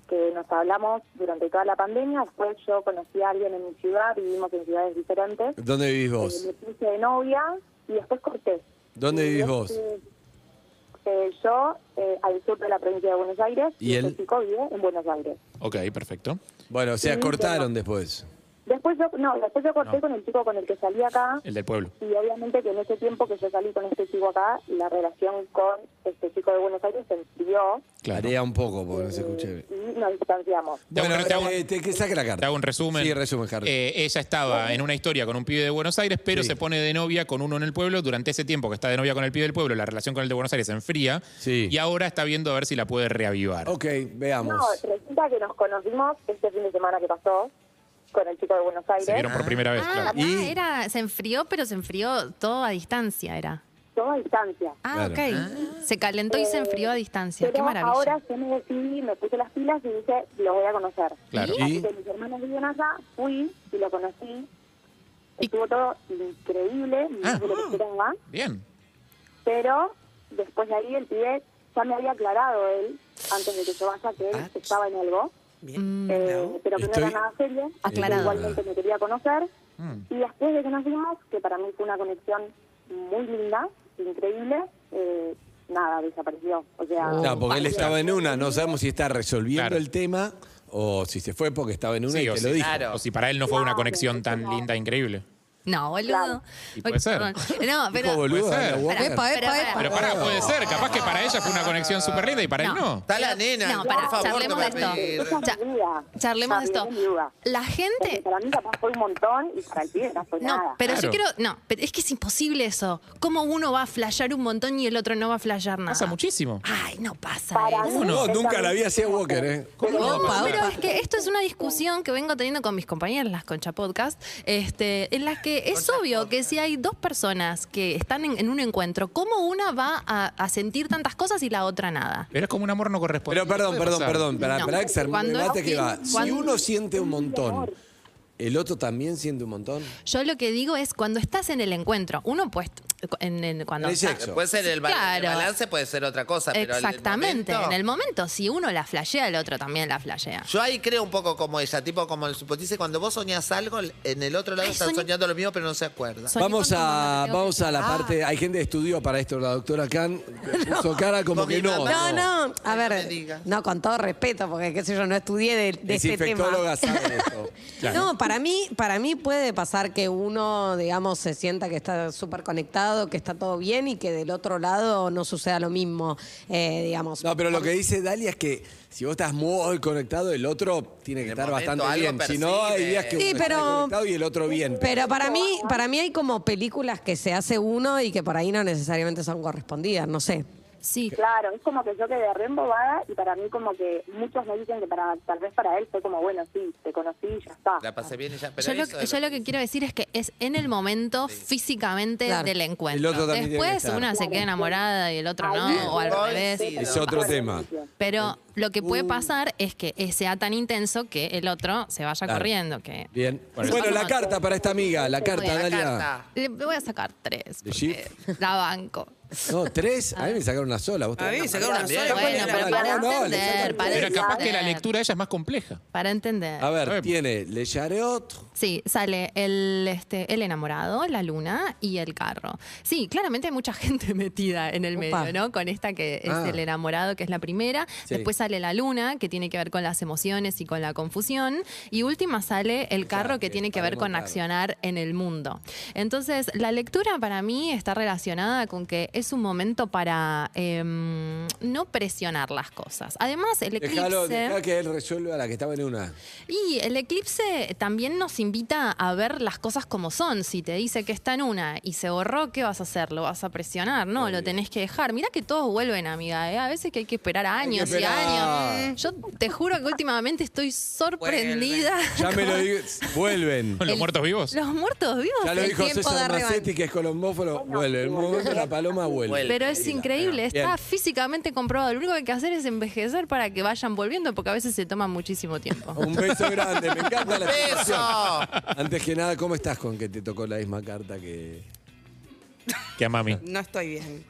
que nos hablamos durante toda la pandemia. Después yo conocí a alguien en mi ciudad, vivimos en ciudades diferentes. ¿Dónde vivís Eh, vos? me puse de novia y después corté. ¿Dónde Y vivís este, vos? eh, yo eh, al sur de la provincia de Buenos Aires ¿Y él? este chico vive en Buenos Aires. Ok, perfecto. Bueno, o sea, cortaron después. Después yo, no, después yo corté No. con el chico con el que salí acá. El del pueblo. Y obviamente que en ese tiempo que yo salí con este chico acá, la relación con este chico de Buenos Aires se enfrió Claro. Tarea un poco, porque no se escuché. eh, bien. y nos distanciamos. Te hago Bueno, un- te hago un- eh, te- que saque la carta. Te hago un resumen. Sí, resumen, Harry. Eh, ella estaba en una historia con un pibe de Buenos Aires, pero se pone de novia con uno en el pueblo. Durante ese tiempo que está de novia con el pibe del pueblo, la relación con el de Buenos Aires se enfría. Sí. Y ahora está viendo a ver si la puede reavivar. ok, veamos. No, resulta que nos conocimos este fin de semana que pasó con el chico de Buenos Se vieron Aires. por primera vez, Ah, claro. pará, Y- era, se enfrió, pero se enfrió todo a distancia, era. Todo a distancia. Ah, Claro. ok. Se calentó y se enfrió a distancia. Qué Pero maravilla. ahora yo me decidí, me puse las pilas y dije, lo voy a conocer. Claro. ¿Y? Así que mis hermanos viven allá, fui y lo conocí. Estuvo todo increíble, Ah, no sé lo que esperaba. Bien. pero después de ahí el pibe ya me había aclarado él antes de que yo vaya que él Ah, estaba en algo Mm. Bien. eh, pero que no Estoy- era nada serio Aclarado. Mm. igualmente me quería conocer y después de que nos vimos que para mí fue una conexión muy linda increíble eh, nada desapareció o sea Oh. Claro, porque él estaba en una, no sabemos si está resolviendo Claro. el tema o si se fue porque estaba en una Sí, y o te si- lo dijo. O si para él no fue una conexión tan linda, e increíble. No, boludo. Claro. Y puede ser. perdón. No, Dijo, pero. boludo, Puede ser. Ana Walker. Epa, Pero epa, pará. epa. Pero pará, puede ser. Capaz que para ella fue una conexión súper linda y para él no. Está la nena, No, por pará, favor, charlemos no de me eh, pegues. esto. Cha- Viuda. charlemos de También esto. viuda. La Porque gente. para mí capaz fue un montón y para el pibe no fue Este- No, nada pero Claro. yo quiero. No, pero es que es imposible eso. ¿Cómo uno va a flashear un montón y el otro no va a flashear nada? Pasa muchísimo. Ay, no pasa. para eso. mí, No, esa nunca la misma vi así a Walker, ¿eh? No, Opa, pero opa. es que esto es una discusión que vengo teniendo con mis compañeras, las Concha Podcast, este, en las que es obvio que si hay dos personas que están en, en un encuentro, ¿cómo una va a, a sentir tantas cosas y la otra nada? Pero es como un amor no correspondido. Pero perdón, Puede perdón, pasar. perdón, para, No. para que se arme el Cuando- debate que va. Si cuando- uno siente un montón, ¿El otro también siente un montón? Yo lo que digo es cuando estás en el encuentro, uno pues en, en- cuando No hay está- sexo. Puede ser el, ba- el Claro. balance, puede ser otra cosa, pero en el Exactamente, momento- en el momento si uno la flashea, el otro también la flashea. Yo ahí creo un poco como ella, tipo como el supotice, cuando vos soñás algo, en el otro lado Ay, están soñé- soñando lo mismo, pero no se acuerda. Soñé Vamos con tu a, mamá, tengo vamos que- a la Ah. parte. Hay gente que estudió para esto, la doctora Khan puso cara como Con que mi no. mamá. No, no, a Ay, no me ver, digas. no, con todo respeto, porque qué sé yo, no estudié de, de este tema. Desinfectóloga sabe esto. No, para mí, para mí puede pasar que uno, digamos, se sienta que está súper conectado, que está todo bien y que del otro lado no suceda lo mismo, eh, digamos. No, pero lo que dice Dalia es que si vos estás muy conectado, el otro tiene que En el estar momento bastante bien. algo Si no, hay percibe. días que Sí, uno pero- está conectado y el otro bien. Pero para mí, para mí hay como películas que se hace uno y que por ahí no necesariamente son correspondidas, no sé. Sí, Claro, es como que yo quedé re embobada y para mí como que muchos me dicen que para tal vez para él fue como, bueno, sí, te conocí y ya está. La pasé bien y ya, pero yo, lo, eso que- es yo lo que quiero decir es que es en el momento físicamente Claro. del encuentro. El otro también tiene que Después estar. una se queda enamorada y el otro Ahí no, Uh. o al voy, revés. sí. Es otro tema. Pero lo que puede pasar es que sea tan intenso que el otro se vaya Claro. corriendo. Que Bien. Bueno, Bueno, la vamos. carta para esta amiga. La carta, Bueno, la Dalia. le voy a sacar tres. ¿De porque La banco. No, tres. A mí me sacaron una sola. Vos te- A mí me sacaron una También. sola. Bueno, buena. pero no, para no, le entender, sacan para Pero capaz que la entender. lectura de ella es más compleja. Para entender. A ver, tiene Le Jarot. Sí, sale el, este, el enamorado, la luna y el carro. Sí, claramente hay mucha gente metida en el Opa. medio, ¿no? Con esta que es Ah. el enamorado, que es la primera. Sí. Después sale la luna, que tiene que ver con las emociones y con la confusión. Y última sale el carro, que que tiene que ver paremos con tarde. accionar en el mundo. Entonces, la lectura para mí está relacionada con que es un momento para em, no presionar las cosas. Además, el eclipse... Déjalo, dejá que él resuelva la que estaba en una. Y el eclipse también nos invita a ver las cosas como son. Si te dice que está en una y se borró, ¿qué vas a hacer? ¿Lo vas a presionar? No, lo tenés que dejar. Mirá que todos vuelven, amiga. ¿eh? A veces que hay que esperar años que esperar. y años. Yo te juro que últimamente estoy sorprendida. Ya me lo con digo. Vuelven. Los el- muertos vivos. Los muertos vivos. Ya lo el dijo tiempo de César arrebato. Massetti, que es colombóforo. Vuelve. El momento de la paloma vuelve. Vuelve. Pero es increíble, Bien. está físicamente comprobado. Lo único que hay que hacer es envejecer para que vayan volviendo, porque a veces se toma muchísimo tiempo. Un beso grande, me encanta la ¡Beso! situación. Antes que nada, ¿cómo estás con que te tocó la misma carta que.? Que a mami. No estoy bien.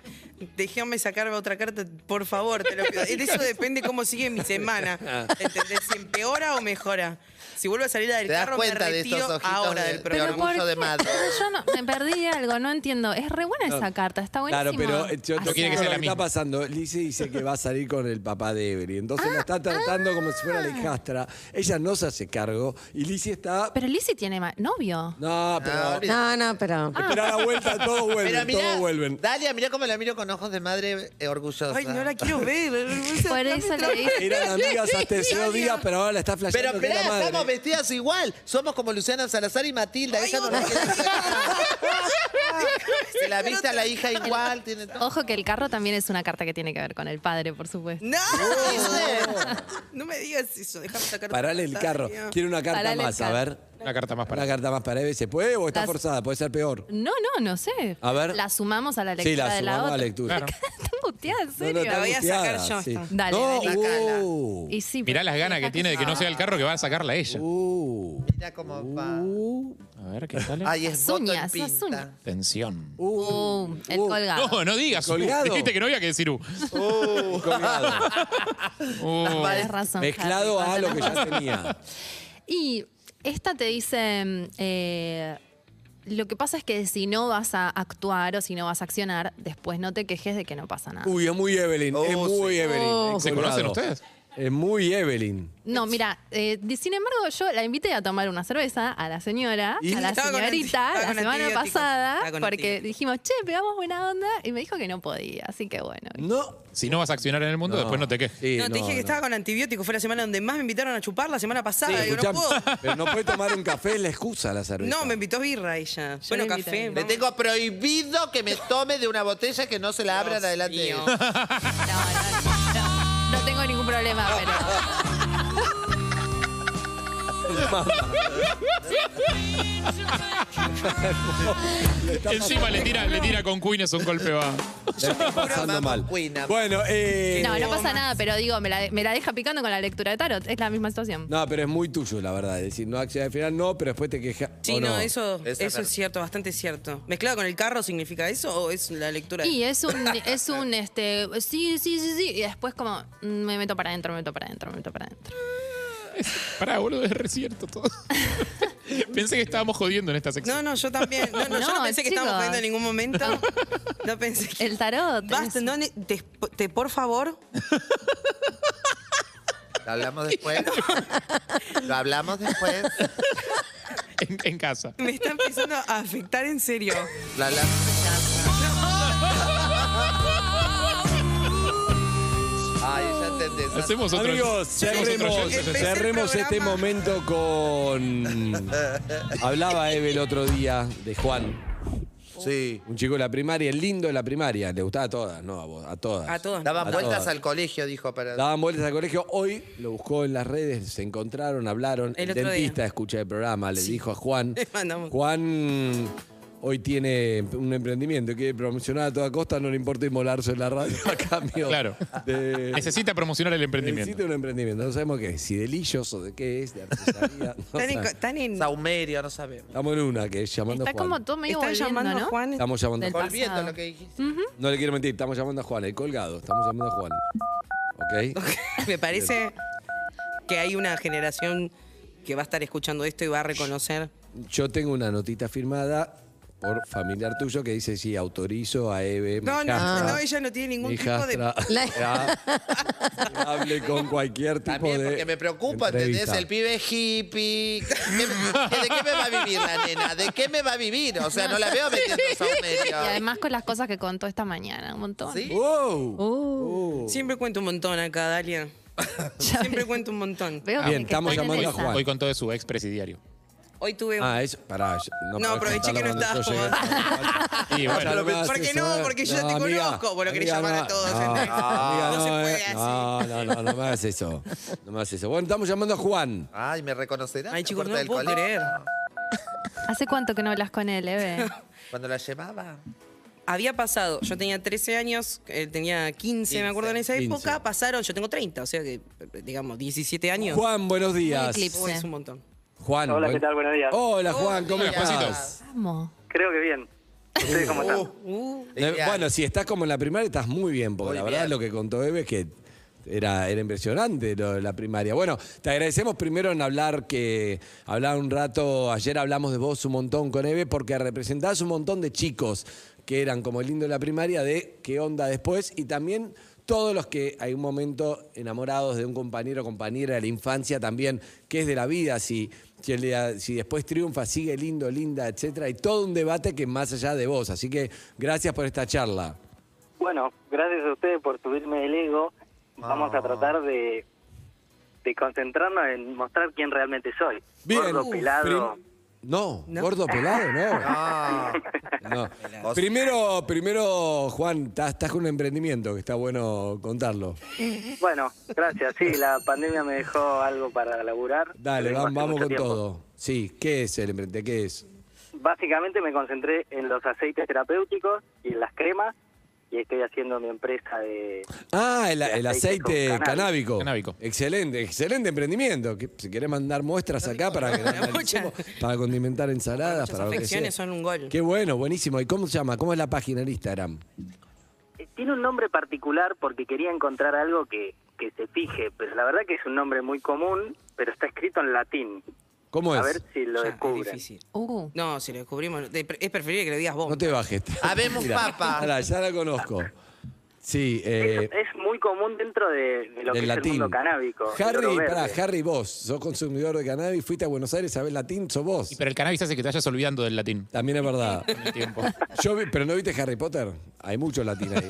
Déjame sacarme otra carta, por favor, te lo pido. De eso depende cómo sigue mi semana. ¿Entendés? Si empeora o mejora. Si vuelvo a salir del ¿Te das carro, me cuenta de retiro esos ojitos ahora de- del Pero programa. orgullo de madre. Yo no, me perdí algo, no entiendo. Es re buena esa carta, está buenísima. Claro, pero eh, yo O no quiere quiero que que sea lo la que está misma. pasando. Lice dice que va a salir con el papá de Every. Entonces la está tratando como si Ah. fuera la hijastra. Ella no se hace cargo. Y Lice está. Pero Lizzie tiene ma- novio. No, pero. No, no, pero. Espera la vuelta, todos Pero vuelven, mirá, todos vuelven. Dalia, mirá cómo la miro con ojos de madre eh, orgullosa. Ay, no la quiero ver. Por eso le dije. Eran amigas hasta el tercer día, pero ahora la está Pero flasheando que esperá, era madre. estamos vestidas igual. Somos como Luciana Salazar y Matilda. Ella no la quiere hacer. Se la viste a la hija igual, tiene todo. Ojo que el carro también es una carta que tiene que ver con el padre, por supuesto. No, no me digas eso. Déjame sacar otra Parale el carta, carro. Dios. Quiere una carta Parale el más, a carro. ver. Una carta más para. Una carta más para Eve. ¿Se puede o está Las- forzada? Puede ser peor. No, no, no sé. A ver. La sumamos a la Sí, lectura la de la sumamos otra. a la lectura. Claro. Está muteada, en No, serio. no, está La voy a angustiada, sacar yo sí. esta. Dale, no, vení. uh, Y sí, Mirá pero- las ganas que tiene de que no sea el carro que va a sacarla ella. uh, Mirá cómo va. A ver, ¿qué sale? Ay, es Las voto en uñas, las pinta. uñas. Tensión. uh, Uh, el Uh. colgado. No, no digas. uh, Colgado. Dijiste que no había que decir U. uh, colgado. Ah, Mm. Uh. Tenés razón. Mezclado Harry, a lo que tenés ya tenía. Y esta te dice, mm, eh, lo que pasa es que si no vas a actuar o si no vas a accionar, después no te quejes de que no pasa nada. Uy, es muy Evelyn. es Oh, muy Evelyn. el ¿Se colgado. conocen ustedes? Es muy Evelyn. No, mira, eh, di- sin embargo yo la invité a tomar una cerveza a la señora, ¿Y? a la Estaba con anti- señorita, estaba la con semana antibióticos. pasada, Estaba con porque antibióticos. dijimos, che, pegamos buena onda, y me dijo que no podía, así que bueno. Mm, No. Si no vas a accionar en el mundo, después no te quejes. Sí, No, te dije que no. estaba con antibióticos. Fue la semana donde más me invitaron a chupar, la semana pasada. Digo, Escuchá, no puedo. Pero no puede tomar un café, es la excusa la cerveza. No, me invitó birra ella. le bueno, invité café. birra. Le vamos. tengo prohibido que me tome de una botella que no se la abran adelante. de mío. él. No, no, no, no, no tengo ningún problema, pero... Encima le tira, le tira con Queen, es un golpe va. La estoy pasando mal. Cuina. Bueno, eh, No, no pasa nada, pero digo, me la, me la deja picando con la lectura de tarot. Es la misma situación. No, pero es muy tuyo, la verdad. Es decir, no acción al final, no, pero después te quejas. Sí, no, eso, Es eso sacar. es cierto, bastante cierto. ¿Mezclado con el carro significa eso o es la lectura? Y es un, es un, este, sí, sí, sí, sí. Y después como, mm, me meto para adentro, me meto para adentro, me meto para adentro. Pará, boludo, es re cierto todo. Pensé que estábamos jodiendo en esta sección. No, no, yo también. No, no, yo no No, pensé que chicos. estábamos jodiendo en ningún momento. No pensé que. El tarot. Basta, es- no, ne- te, te- por favor. ¿Lo hablamos después? ¿Lo hablamos después? En, en casa. Me está empezando a afectar en serio. ¿Lo hablamos? Ay, ya entendés. Hacemos otro. Amigos, hacemos otro cerremos, yo- yo- yo- Empecé el cerremos programa. este momento con. Hablaba Eve el otro día de Juan, Sí. un chico de la primaria, el lindo de la primaria. Le gustaba a todas, no a vos, a todas. A todos. Daban A vueltas todas. al colegio, dijo, para... Daban vueltas al colegio. Hoy lo buscó en las redes, se encontraron, hablaron. El, El otro dentista día. escucha el programa, le dijo a Juan. Le mandamos. Juan hoy tiene un emprendimiento, quiere promocionar a toda costa, no le importa inmolarse en la radio a cambio. Claro. de- Necesita promocionar el Necesita emprendimiento. un emprendimiento, no sabemos qué es, si de lillos o de qué es, de artesanía. no Están en, sabemos. están en- Saumerio, no sabemos. Estamos en una que es llamando Está a Juan. como todo medio están volviendo, llamando a ¿no? Juan. Estamos llamando a Del Juan. Volviendo a pasado. lo que dijiste. No le quiero mentir, estamos llamando a Juan, el colgado, estamos llamando a Juan. ¿Ok? Me parece que hay una generación que va a estar escuchando esto y va a reconocer. Yo tengo una notita firmada por familiar tuyo que dice, sí, autorizo a Eve. mi No, no, hijastra, no, ella no tiene ningún mi tipo de. hijastra, que ha- que hable con cualquier tipo También de porque me preocupa, ¿entendés? entrevista. El pibe es hippie. ¿Qué- ¿De qué me va a vivir la nena? ¿De qué me va a vivir? O sea, no la veo metiendo Y saumerio. además con las cosas que contó esta mañana, un montón. ¿Sí? ¡Wow! ¡Oh! Siempre cuento un montón acá, Dalia. Siempre cuento un montón. Veo Bien, que estamos están en llamando a esa. Juan. Hoy con todo su ex presidiario. Hoy tuve. Ah, eso, pará. yo- No, podés aproveché que no contarlo cuando yo estabas Y llegué. bueno, Ya lo me ¿Por qué haces no? saber. Porque yo ya te conozco. Bueno, querés amiga, llamar a todos, ¿entendés? amiga, No se puede eh, así. No, no, no, no me hagas eso. No me hagas eso. Bueno, estamos llamando a Juan. Ay, ¿me reconocerán? Ay, chicos, Puerta no lo del puedo colegio. creer. ¿Hace cuánto que no hablas con él, Eve? Cuando la llevaba. Había pasado, yo tenía 13 años, él tenía 15, me acuerdo en esa 15. época, pasaron, yo tengo 30, o sea que, eh, digamos, 17 años. Juan, buenos días. eclipse. Uy, es un montón. Juan. Hola, buen- ¿qué tal? Buenos días. Hola, Juan, ¿cómo Hola. estás? Vamos. Creo que bien. ¿Ustedes cómo están? Uh, Eh, Genial. Bueno, si estás como en la primaria, estás muy bien, porque Muy la verdad bien. lo que contó Eve es que era, era impresionante lo de la primaria. Bueno, te agradecemos primero en hablar que hablar un rato, ayer hablamos de vos un montón con Eve, porque representás un montón de chicos que eran como el lindo de la primaria, de qué onda después, y también todos los que hay un momento enamorados de un compañero o compañera de la infancia también, que es de la vida, si, si, el día- si después triunfa, sigue lindo, linda, etcétera, y todo un debate que más allá de vos. Así que gracias por esta charla. Bueno, gracias a ustedes por subirme el ego. Vamos Ah. a tratar de, de concentrarnos en mostrar quién realmente soy. Gordo, Uh, pelado. prim- No, No. gordo pelado, no. Ah, No. Primero, primero, Juan, estás estás con un emprendimiento que está bueno contarlo. Bueno, gracias. Sí, la pandemia me dejó algo para laburar. Dale, Lo vam- mismo hace vamos mucho con tiempo. todo. Sí, ¿qué es el emprendimiento? ¿Qué es? Básicamente me concentré en los aceites terapéuticos y en las cremas y estoy haciendo mi empresa de... Ah, el, el El aceite aceite con canábico. Canábico. Excelente, excelente emprendimiento. Que, si querés mandar muestras acá para que Para analicemos, muchas. para condimentar ensaladas, muchas para lo que sea. afecciones son un gol. Qué bueno, buenísimo. ¿Y cómo se llama? ¿Cómo es la página en Instagram? Eh, Tiene un nombre particular porque quería encontrar algo que, que se fije, pero la verdad que es un nombre muy común, pero está escrito en latín. ¿Cómo A es? ver si lo Ya, descubren. es difícil. Uh, No, si lo descubrimos, de- es preferible que lo digas vos. No te bajes. Habemos Mira, papa. pará, ya la conozco. Sí, Es, eh, es muy común dentro de, de lo que del es latín. el mundo canábico. el oro Harry, verde. pará, Harry, vos, sos consumidor de cannabis, fuiste a Buenos Aires, sabés latín, sos vos. Y pero el cannabis hace que te vayas olvidando del latín. También es verdad. Con el tiempo. Yo vi- pero no viste Harry Potter. Hay mucho latín ahí.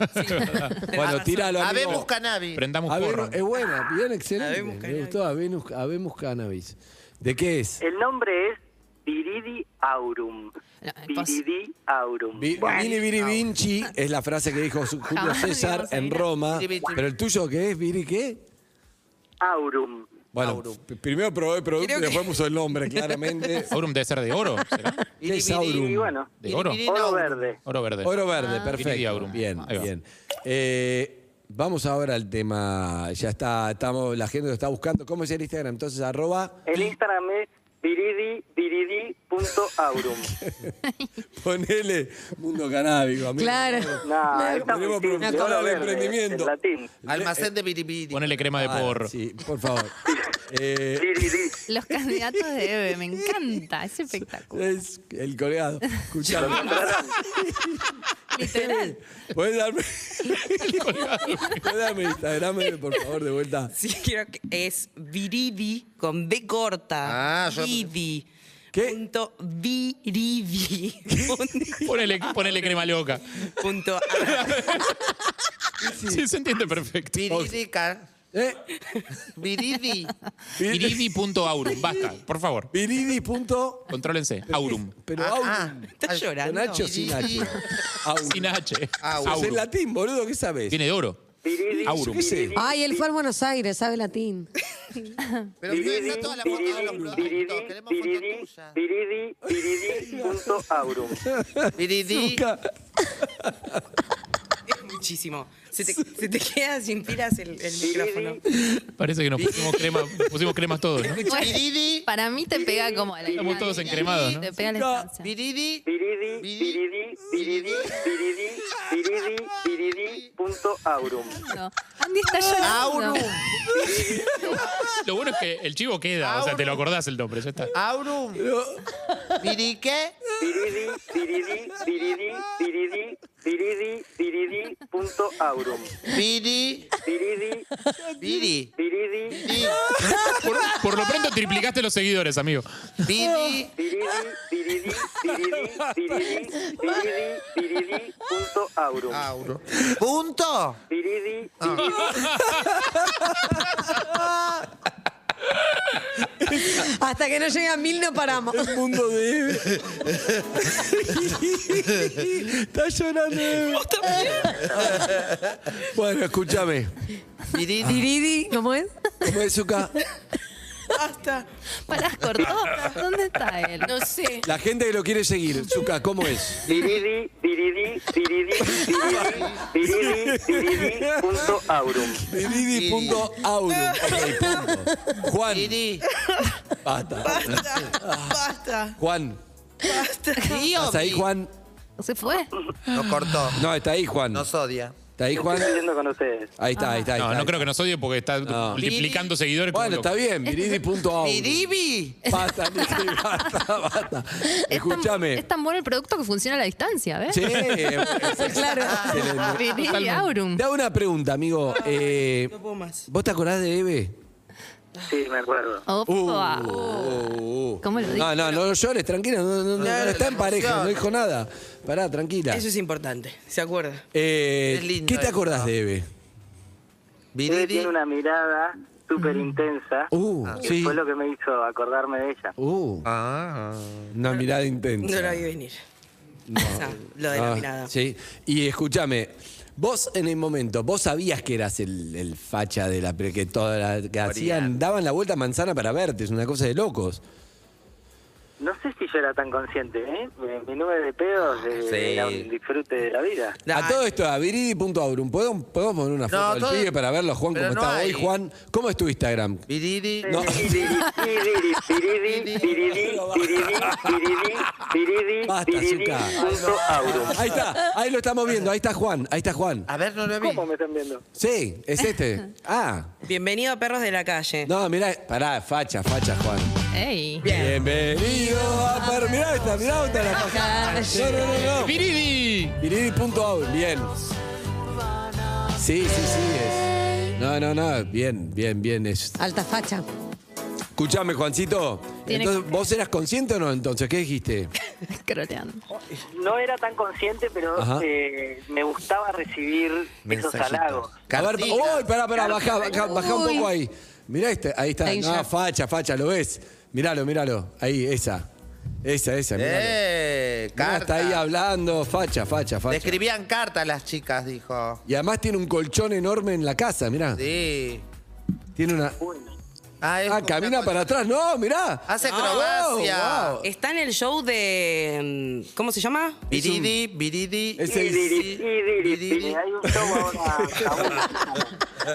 bueno, tíralo. amigo. habemos cannabis. Prendamos A porro. Venus- es buena, bien, Habemos excelente. Me cannabis. gustó Habemos- Habemos Cannabis. ¿De qué es? El nombre es Viridi Aurum. No, pues- Viridi Aurum. Vi- Vini Viri Vinci es la frase que dijo su- Julio Jamás César íbamos a en ir a- Roma. Viri Vinci. Pero el tuyo, ¿qué es? ¿Viri qué? Aurum. Bueno, p- primero probó el producto y Creo que- después puso el nombre, claramente. Aurum debe ser de oro. ¿será? ¿Qué es Aurum? Y bueno, ¿De oro? oro verde. Oro verde. Oro verde, Ah. Piriri perfecto. aurum. Bien, Ahí va. bien. Eh, vamos ahora al tema. Ya está, estamos, la gente lo está buscando. ¿Cómo es el Instagram? Entonces, arroba, El Instagram es viridi, viridi.aurum. ponele mundo canábico, amigo. Claro. No, está muy Tenemos simple, profesora oro del verde, emprendimiento. en latín. Almacén de piripiri. Ponele crema de Ah, porro. Sí, por favor. Eh, Viridi. Los candidatos de Eve, me encanta, es espectacular. es el colgado. Lo Escuchame. encontrarán. Literal. ¿Puedes darme, ¿Puedes darme Instagram, por favor, de vuelta? Sí, creo que es Viridi con B corta. Ah, yo- Viridi. ¿Qué? Punto viridi. Ponele, ponele crema loca. Punto a- Sí, se entiende perfecto. Piririca. ¿Eh? Viridi. Viridi.aurum, basta, por favor. Viridi. punto- Contrólense. Aurum. Pero Ah, aurum. ah. ¿Estás Ay, ¿Con llorando? H o sin H? Aurum. Sin H. Aurum. Es en Aurum. latín, boludo, ¿qué sabes? Viene de oro. Viridi, Ah, Aurum. viridi, Ay, él fue a Buenos Aires, sabe latín. Pero viridi, mira, está toda la foto de los viridi, productos. viridi, Queremos viridi, foto tuya. viridi, viridi, punto aurum. Viridi. Es muchísimo. Se te, se te queda sin pilas el, el micrófono. Parece que nos pusimos crema, nos pusimos cremas todos, ¿no? Bueno, Viridi. para mí te pega como a la Estamos todos encremados, ¿no? Te pega a la estancia. Viridi. Viridi, viridi, viridi, viridi, viridi, viridi, punto aurum. No. Andy está Ah, llorando. Aurum. Lo bueno es que el chivo queda, o sea, te lo acordás el nombre, ya está. Aurum. Virique. Viridi, viridi, viridi, viridi, viridi, viridi, punto aurum. Viri. Viridi, Viri. viridi, Ah, Por, por lo pronto triplicaste los seguidores, amigo. Viri. viridi, viridi, viridi, viridi, viridi, viridi, punto aurum. Aurum. Punto. Viridi, Hasta que no llegue a mil no paramos. El mundo de Eve. Está llorando Eve. Bueno, escúchame. Viridi. Viridi, ¿cómo es? ¿Cómo es, Zuka? Hasta. Pará, cortó. ¿Dónde está él? No sé. La gente que lo quiere seguir, Zuka, ¿cómo es? Viridi, viridi, viridi, viridi, viridi, viridi, punto aurum. Viridi.aurum. Ok, punto. Juan. Viri. Basta. Basta. Basta. Juan. Basta. ¿Estás ahí, Juan? Se fue. Nos cortó. No, está ahí, Juan. Nos odia. ¿Está ahí, Juan? Estoy yendo con ustedes. Ahí está, ahí está. ahí No, está, no ahí creo que nos odie porque está multiplicando seguidores. como Bueno, loco. está bien, viridi.aurum. Viribi. Basta, Nicky, basta, basta. Es tan- Escúchame. Es tan bueno el producto que funciona a la distancia, ¿ves? Sí, claro. Viridi Aurum. Te hago una pregunta, amigo. Eh, No puedo más. ¿Vos te acordás de Eve? Sí, me acuerdo. Oh. Opa. Uh, uh. ¿Cómo lo No, no, no llores, tranquila. No, no, no, Claro, no está la en pareja, emoción. no dijo nada. Pará, tranquila. Eso es importante. ¿Se acuerda? Eh, Es lindo ¿Qué te eso. acordás de Eve? Ella Viridi. tiene una mirada súper intensa. Uh, que sí. Fue lo que me hizo acordarme de ella. Uh, Ah. una mirada No la intensa. vi venir. O sea, lo de la Ah, mirada. Sí, y escúchame. Vos en el momento, vos sabías que eras el, el facha de la pre- que toda la- que hacían, daban la vuelta a manzana para verte, es una cosa de locos. No sé si yo era tan consciente, ¿eh? Mi- Mi nube de pedos eh, Sí. era un disfrute de la vida. A todo esto, a viridi.aurum, ¿podemos, podemos poner una foto del todo- pibe para verlo, Juan, cómo pero no está hay. hoy, Juan? ¿Cómo es tu Instagram? Viridi. No. Piridi, piridi, piridi, piridi, piridi, piridi, piridi, Basta, piridi, Zucca. punto aurum. Ahí está, ahí lo estamos viendo, ahí está Juan, ahí está Juan. A ver, no lo vi. ¿Cómo me están viendo? Sí, es este. Ah, Bienvenido a Perros de la Calle. no, mirá, pará, facha, facha, Juan. Ey. Bienvenido a Par- Mirá esta, mirá esta la facha. No, no, no, no. ¡Viridi! Viridi.aurum, bien. Sí, sí, sí, es. No, no, no, bien, bien, bien. Es. Alta facha. Escuchame, Juancito. Tiene Entonces, ¿Vos eras consciente o no entonces? ¿Qué dijiste? Croteando. No era tan consciente, Ajá. pero eh, me gustaba recibir esos Mensajitos. halagos. A ver, Cartita. uy, pará, pará, bajá, bajá, bajá un poco ahí. Mirá este, ahí está. Ahí No, ya. facha, facha, lo ves. Míralo, míralo. Ahí, esa. Esa, esa, miralo. Eh, Mirá, carta. está ahí hablando, facha, facha, Le facha. escribían cartas las chicas, dijo. Y además tiene un colchón enorme en la casa, mirá. Sí. Tiene una. Ah, ah camina para atrás. No, mirá. Hace Ah, acrobacia. wow, wow. Está en el show de. mm, ¿Cómo se llama? Biridi, biridi. Es Y el- diri- y diri- biridi. Hay un show ahora.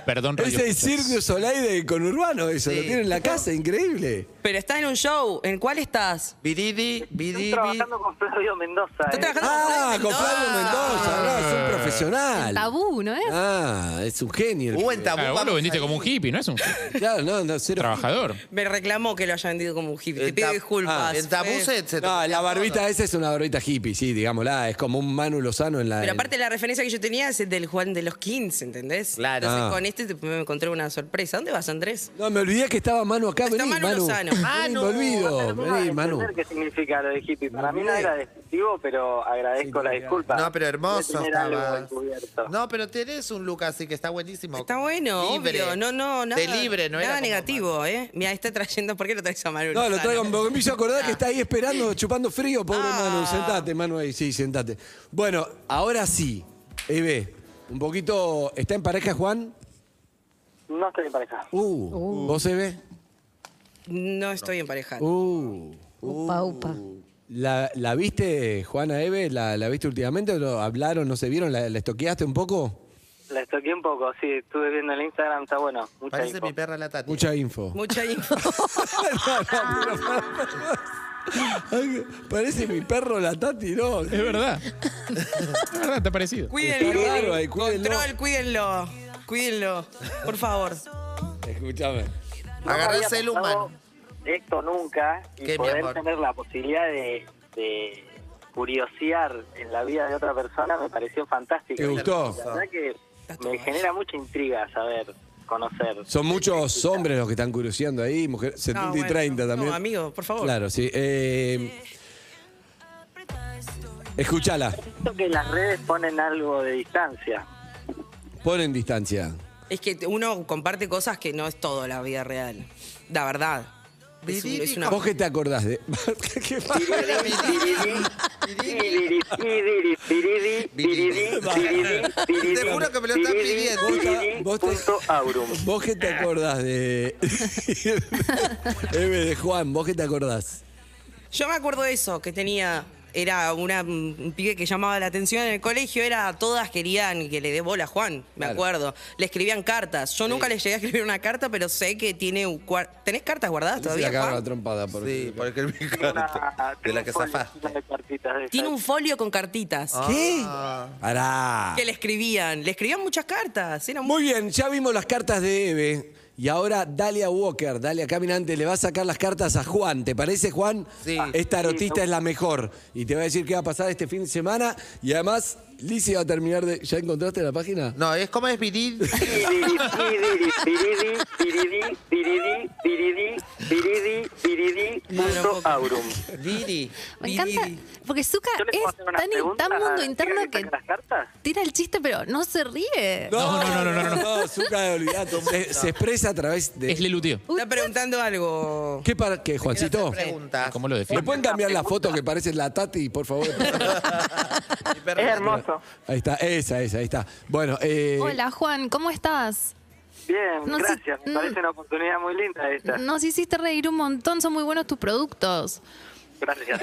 Perdón, Es Radio el Escuchas. Cirque du Soleil de conurbano, eso. Lo Sí. tiene en la casa, increíble. Pero está en un show. ¿En cuál estás? Biridi, Estoy biridi. trabajando con Flavio Mendoza. Estoy eh. trabajando Ah, con Flavio Mendoza, no, es un El profesional. tabú, ¿no es? Ah, es un genio. el Uh, en pibe. tabú. Ah, vos vamos lo vendiste ahí. como un hippie, ¿no es un Claro, no, no, cero. trabajador? Me reclamó que lo haya vendido como un hippie. Te En pido tab- disculpas. Ah, en tabú Fede. se, se- No, la barbita esa es una barbita hippie, sí, digámosla. Es como un Manu Lozano en la. Pero aparte la referencia que yo tenía es del Juan de los 15, ¿entendés? Claro. Entonces Ah. con este te- me encontré una sorpresa. ¿Dónde vas, Andrés? No, me olvidé que estaba Manu acá. Está Vení, Manu Manu. Lozano. Vení, Manu. Me No olvido. termino de Vení, Manu. entender qué significa lo de hippie. Para Muy mí no bien. era despectivo, pero agradezco la disculpa. No, pero hermoso De tener algo estaba. encubierto. No, pero tenés un look así que está buenísimo. Está bueno, Libre. obvio. No, no, nada. De libre, no era Nada como negativo, ¿eh? Mira, está trayendo. ¿Por qué lo traes a Manu? No, lo Lozano? traigo porque me hizo acordar que está ahí esperando, Ah. chupando frío, pobre Manu. Sentate, Manu, ahí, sí, sentate. Bueno, ahora sí, Eve, un poquito. ¿Está en pareja Juan? No estoy en pareja. Uh, ¿vos Eve? No estoy en pareja. Uh. Upa, upa. ¿La, la viste, Juana Eve? ¿La, la viste últimamente? ¿O lo hablaron, no se vieron? ¿La, la estoqueaste un poco? La estoqué un poco, sí. Estuve viendo el Instagram, está bueno. Mucha Parece info. mi perra la Tati. Mucha info. Mucha info. Ay, Parece mi perro la Tati, ¿no? Es verdad. Es verdad, te ha parecido. Cuídenlo. Está raro ahí, cuídenlo. Control, cuídenlo. Cuídenlo. Por favor. Escúchame. Agarrás había el pasado humano. Esto nunca y ¿Qué, mi poder amor? tener la posibilidad de, de curiosear en la vida de otra persona me pareció fantástico. ¿Te gustó? La verdad que me genera mucha intriga saber, conocer. Son muchos hombres los que están curioseando ahí, mujeres, 70 y bueno, 30 también. No, amigo, por favor. Claro, sí. Eh, escuchala, Siento que las redes ponen algo de distancia. ponen distancia. Es que uno comparte cosas que no es todo la vida real. La verdad. Es, un- es una. ¿Vos qué te acordás de? ¿Qué pasa? Piriri, piriri, piriri, piriri, piriri, piriri, Te juro que me lo están piriri, pidiendo. piriri, Vos te- punto aurum. ¿Vos qué te acordás de... M de Juan, ¿vos qué te acordás? Yo me acuerdo de eso, que tenía. Era una, un pibe que llamaba la atención en el colegio, era todas querían que le dé bola a Juan, me Claro. acuerdo. Le escribían cartas. Yo nunca le llegué a escribir una carta, pero sé que tiene un cuar- ¿Tenés cartas guardadas Se todavía? acaba Juan? la trompada. Por Sí, porque el Tengo una- micrófono de la que tengo un folio zafaste. de cartitas de Tiene esas. un folio con cartitas. ¿Qué? Pará. Que le escribían. Le escribían muchas cartas. Era Muy muy. bien, ya vimos las cartas de Eve. Y ahora Dalia Walker, Dalia Caminante, le va a sacar las cartas a Juan. ¿Te parece, Juan? Sí. Es tarotista, es la mejor. Y te va a decir qué va a pasar este fin de semana. Y además, Lizzie va a terminar de... ¿Ya encontraste la página? No, es como es viril. Piriri, piriri, piriri, piriri, piriri, piriri, piriri, piriri, punto aurum. Viri. Me encanta. Viri. Porque Zuka Yo les es puedo hacer una tan, in- pregunta. tan mundo ¿Quieren interno que saque las cartas? tira el chiste, pero no se ríe. No, no, no, no, no, no. Zucca, olvidate. Se, se expresa a través de... Es Lelutio. Está preguntando algo. ¿Qué para qué, Juancito? Preguntas. ¿Cómo lo ¿Me define? pueden cambiar la foto que parece la Tati, por favor? Mi perra Es la- hermoso. Ahí está, esa, esa, ahí está. Bueno, eh, Hola, Juan, ¿cómo estás? Bien, No Mm. sé- gracias. Me mm. parece una oportunidad muy linda esta. Nos hiciste reír un montón, son muy buenos tus productos. Gracias.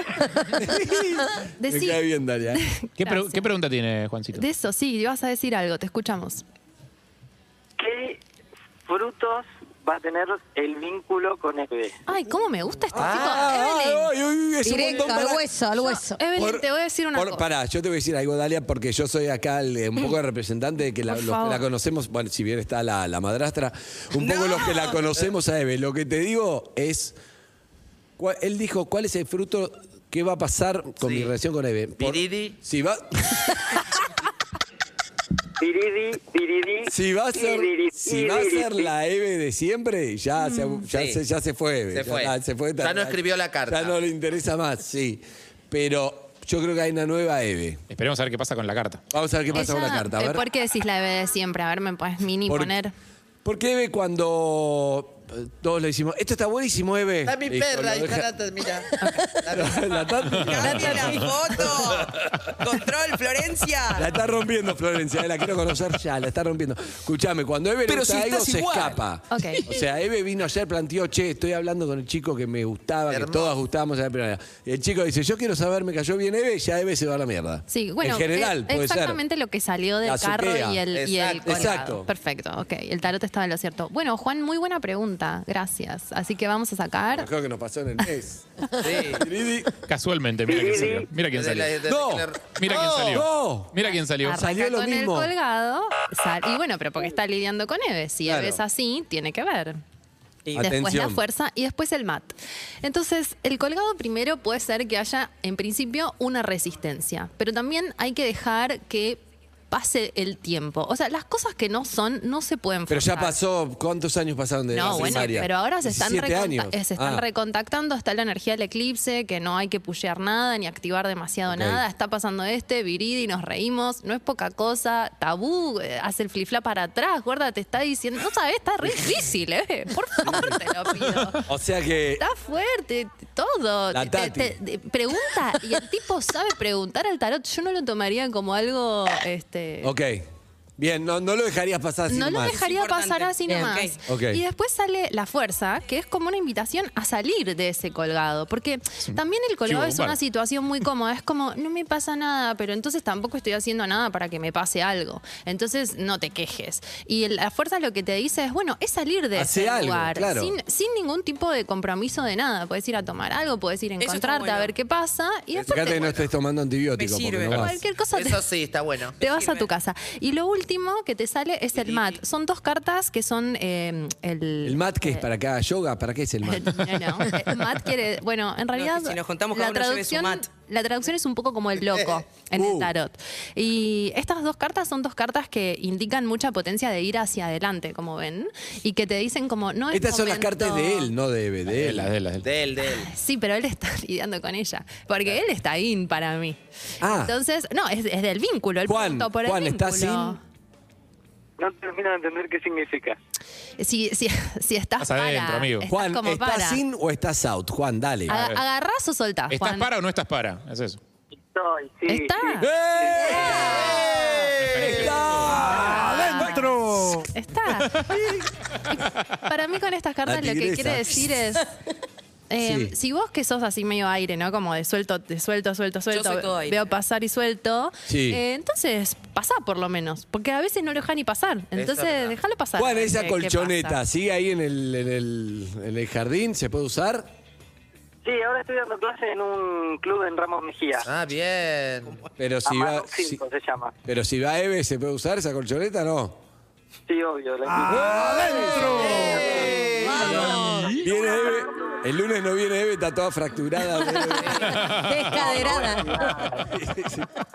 me Decí, queda de bien, Dalia. ¿eh? ¿Qué, pre- qué pregunta tiene Juancito? eso, sí, vas a decir algo, te escuchamos. ¿Qué frutos va a tener el vínculo con el bebé? Ay, cómo me gusta esta Ah, chica. Evelyn. ay, ay, es un Directo, montón al para- hueso, al hueso. Evelyn, Por- te voy a decir una por- cosa. Pará, yo te voy a decir algo, Dalia, porque yo soy acá el, eh, un poco el representante de que la, Por los que favor. la conocemos, bueno, si bien está la, la madrastra, un poco No. los que la conocemos a Eve. Lo que te digo es, cua- él dijo, ¿cuál es el fruto que va a pasar con Sí. mi relación con Eve? Por- Viridi. Si va, Piridi, piridi, si va a ser, piriri, si va a piriri, ser la Eve de siempre, ya, se, ya, Mm, Sí. se, ya se fue Eve. Se ya fue. está, se fue Ya no escribió la carta. Ya no le interesa más, sí. Pero yo creo que hay una nueva Eve. Esperemos a ver qué pasa con la carta. Vamos a ver qué pasa con la Ella, carta. A eh, ver. ¿Por qué decís la Eve de siempre? A ver, me puedes mini Por- poner. Porque Eve cuando eh, todos le decimos, esto está buenísimo, Eve. Está mi Listo, perra, lo hija deja- lata, mira. La ¡Date está- la foto! ¡Control, Florencia! La está rompiendo Florencia, eh, la quiero conocer ya, la está rompiendo. Escúchame, cuando Eve le Pero gusta si algo estás se igual. escapa. Ok. O sea, Eve vino ayer, planteó, che, estoy hablando con el chico que me gustaba, que Hermoso. todas gustábamos en la primera. Y el chico dice, yo quiero saber, me cayó bien Eve, ya Eve se va a la mierda. Sí, bueno, En general, es puede ser. exactamente lo que salió del La carro azotea. y el, y el Exacto. colgado. Exacto. Perfecto, ok. El tarot estaba en lo cierto. Bueno, Juan, muy buena pregunta. Gracias. Así que vamos a sacar. Mejor que nos pasó en el mes. Lidi, Casualmente, mira quién salió. Mira quién salió. No. Mira quién No. salió. No. Mira quién salió. Arranca Salió lo con mismo. el colgado. Sal- y bueno, pero porque está lidiando con Eve. Si Claro. Eve es así, tiene que ver. Después Sí. la Atención. fuerza y después el mat. Entonces, el colgado primero puede ser que haya, en principio, una resistencia, pero también hay que dejar que pase el tiempo. O sea, las cosas que no son no se pueden Pero ya forzar. pasó, ¿cuántos años pasaron de No, la bueno, primaria? pero ahora se están, 17 reconta- años. eh, se están Ah. recontactando, está la energía del eclipse, que no hay que pushear nada ni activar demasiado Ok. nada. Está pasando este, viridi, nos reímos, no es poca cosa, tabú, eh, hace el flifla para atrás, gorda, te está diciendo, no sabes, está re difícil, ¿eh? Por favor, te lo pido. O sea que Está fuerte, t- todo. La Te- Tati. te- te- pregunta, y el tipo sabe preguntar al tarot. Yo no lo tomaría como algo. Este, Ok. Bien, no, no lo dejarías pasar así no lo nomás. dejaría Es importante. Eh, pasar así Bien, nomás. ok. Ok. Y después sale la fuerza, que es como una invitación a salir de ese colgado. Porque también el colgado chivo es una bombero. situación muy cómoda. Es como, no me pasa nada, pero entonces tampoco estoy haciendo nada para que me pase algo. Entonces no te quejes. Y el- la fuerza lo que te dice es, bueno, es salir de Hacé ese algo, lugar. claro. Sin, sin ningún tipo de compromiso de nada. Puedes ir a tomar algo, puedes ir a Eso está encontrarte a bueno. ver qué pasa. Y después Fíjate te- que no estés tomando antibióticos. Me porque sirve. no vas. cualquier cosa te- Eso sí, está bueno. te vas a sirve. tu casa. Y lo último que te sale es el mat. Son dos cartas que son eh, el... ¿El mat que es para cada yoga? ¿Para qué es el mat? Eh. No, no. Eh, Mat quiere... Bueno, en realidad... que si nos juntamos la cada uno lleve su traducción, mat. La traducción es un poco como el loco en el Uh. tarot. Y estas dos cartas son dos cartas que indican mucha potencia de ir hacia adelante, como ven, y que te dicen como... no es Estas son las momento- cartas de él, no de Eve, de De él. las, de las, de las. De él, de él. Sí, pero él está lidiando con ella. Porque él está in para mí. Ah. Entonces, no, es, es del vínculo. El Juan, punto por Juan, el ¿estás vínculo. in? No termino de entender qué significa. Si, si, si estás Estás para, adentro, amigo. estás Juan, como ¿estás para. Ah. in o estás out? Juan, dale. Aga- agarrás o soltás, ¿Estás Juan. para o no estás para? Es eso. Estoy, sí. ¿Está? sí. ¡Eh! ¡Está adentro! Está. para mí con estas cartas lo La que tigresa. quiere decir es... eh, Sí. Si vos que sos así medio aire, ¿no? Como de suelto, de suelto, suelto, suelto, soy todo aire. veo pasar y suelto, Sí. eh, entonces pasá por lo menos, porque a veces no lo dejan ni pasar, entonces verdad. déjalo pasar. Juan, a ver esa qué- qué colchoneta, pasa. ¿sigue ahí en el, en, el, en el jardín? ¿Se puede usar? Sí, ahora estoy dando clase en un club en Ramos Mejía. Ah, bien. Pero si Amaro va, si- 5 se llama. pero si va Eve, ¿se puede usar esa colchoneta? No. Sí, obvio. la- Ah. Viene Eve. El lunes no viene Eve, está toda fracturada. Descaderada.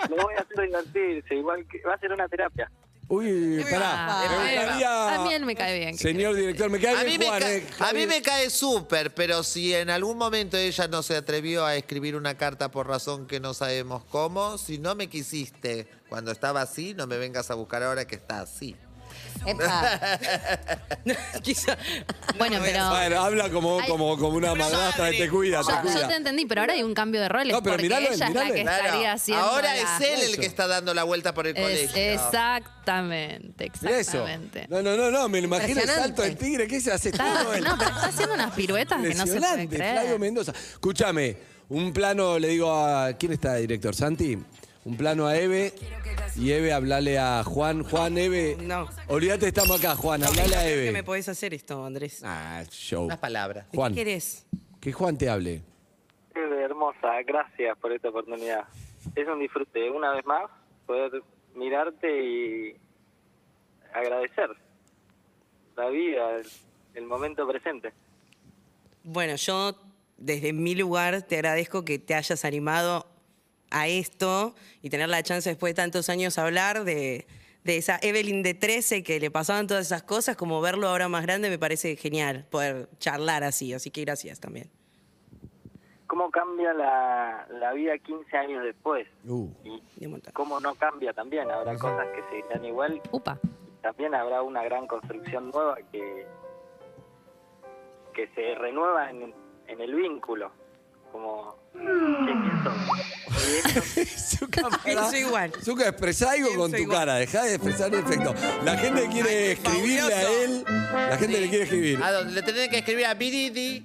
Lo voy a hacer divertirse, igual que va a ser una terapia. Uy, Ah, pará. Eh, Me gustaría- a mí él me cae bien. ¿qué Señor director, me A cae mí bien me, Juan. ca- eh. a mí me cae súper, pero si en algún momento ella no se atrevió a escribir una carta por razón que no sabemos cómo, si no me quisiste cuando estaba así, no me vengas a buscar ahora que está así. Epa. Quizá. Bueno, me pero- veas. Bueno, habla como, Ay. como, como una Una madrastra, madre. te cuida, te Yo, yo cuida. te entendí, pero ahora hay un cambio de roles. No, pero porque miralo, ella es la miralo. que Claro, estaría haciendo. ahora la- es él el que está dando la vuelta por el Es- colegio. exactamente, Mirá eso. exactamente. No, no, no, no, me imagino el salto Impresionante. del tigre, ¿qué se hace? Está- Todo el- no, pero está haciendo unas piruetas que no se puede Impresionante, Flavio creer. Mendoza. Escúchame, un plano, le digo a. ¿Quién está, director? ¿Santi? Un plano a Eve. Y Eve, hablale a Juan. Juan, Eve. No. Olvídate, estamos acá, Juan. Hablale a ¿Qué me Eve. podés hacer esto, Andrés? Ah, show. Unas palabras. Juan, ¿Qué querés? que Juan te hable. Eve, hermosa, gracias por esta oportunidad. Es un disfrute, una vez más, poder mirarte y agradecer la vida, el, el momento presente. Bueno, yo desde mi lugar te agradezco que te hayas animado a esto y tener la chance después de tantos años hablar de, de esa Evelyn de 13 que le pasaban todas esas cosas, como verlo ahora más grande me parece genial poder charlar así, así que gracias también. ¿Cómo cambia la, la vida 15 años después? Uh. Y De un montón. cómo no cambia también. Habrá cosas que seguirán igual Upa. también habrá una gran construcción nueva que que se renueva en, en el vínculo. Como, ¿qué pienso? Pienso igual. Zucca, expresá algo con tu cara, dejá de expresar el efecto. La gente quiere escribirle a él, la gente le quiere escribir. ¿A dónde? Le tenés que escribir a Biridi.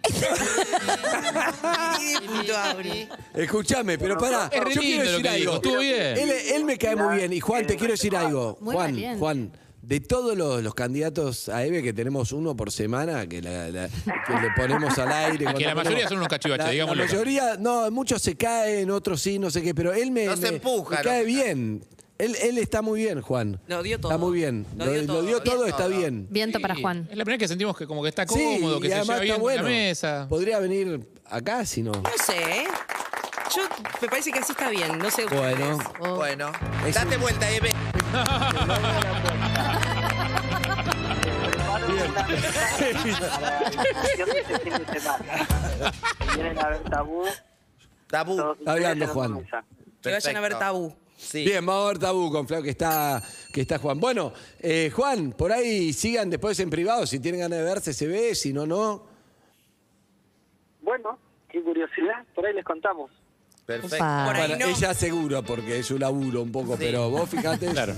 Biridi. Escúchame, pero pará, Es re lindo yo quiero lo decir que algo. dijo, estuvo bien. Él, él me cae muy bien. Y Juan, te quiero decir algo. Muy Juan, valiente. Juan, de todos los, los candidatos a EVE que tenemos uno por semana, que, la- la- que le ponemos al aire. Que la cuando mayoría ponemos- son unos cachivaches, La- digámoslo. La mayoría, no, muchos se caen, otros sí, no sé qué, pero él me, Los me- empuja, me los- cae bien. Él, él está muy bien, Juan. Lo dio todo. Está muy bien. Lo dio todo, lo dio todo, está todo. bien. Viento para Sí. Juan. Es la primera vez que sentimos que como que está cómodo, que y se además lleva está bien bueno. con la mesa. Podría venir acá si no. No sé, ¿eh? Yo, me parece que así está bien, no sé. ustedes. Bueno. Bueno, Es date un- vuelta, Eve. Vienen a ver tabú. Tabú. todos Está hablando, ustedes en Juan. la mesa. Que vayan a ver Perfecto. tabú. Sí. Bien, vamos a ver tabú con Flau que está, que está Juan. Bueno, eh, Juan, por ahí sigan después en privado. Si tienen ganas de verse, se ve, si no, no. Bueno, qué curiosidad, por ahí les contamos. Perfecto. Ufa. Por ahí Bueno, no. ella seguro, porque es un laburo un poco, pero vos fíjate. Claro.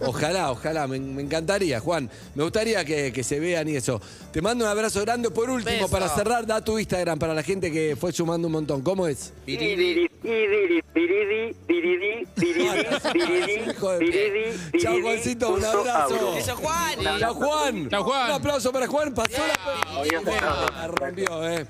Ojalá, ojalá, me, me encantaría, Juan. Me gustaría que, que se vean y eso. Te mando un abrazo grande. Por último, Beso. para cerrar, da tu Instagram para la gente que fue sumando un montón. ¿Cómo es? Biridi. Piridi, piridi, piridi, piridi, piridi, Hijo de- piridi, Chau, piridi, Juancito, un punto abrazo. auro. Eso, Juan. Chao, Juan. Chau, Juan. Un aplauso para Juan. Pasó la Bien. La rompió, eh.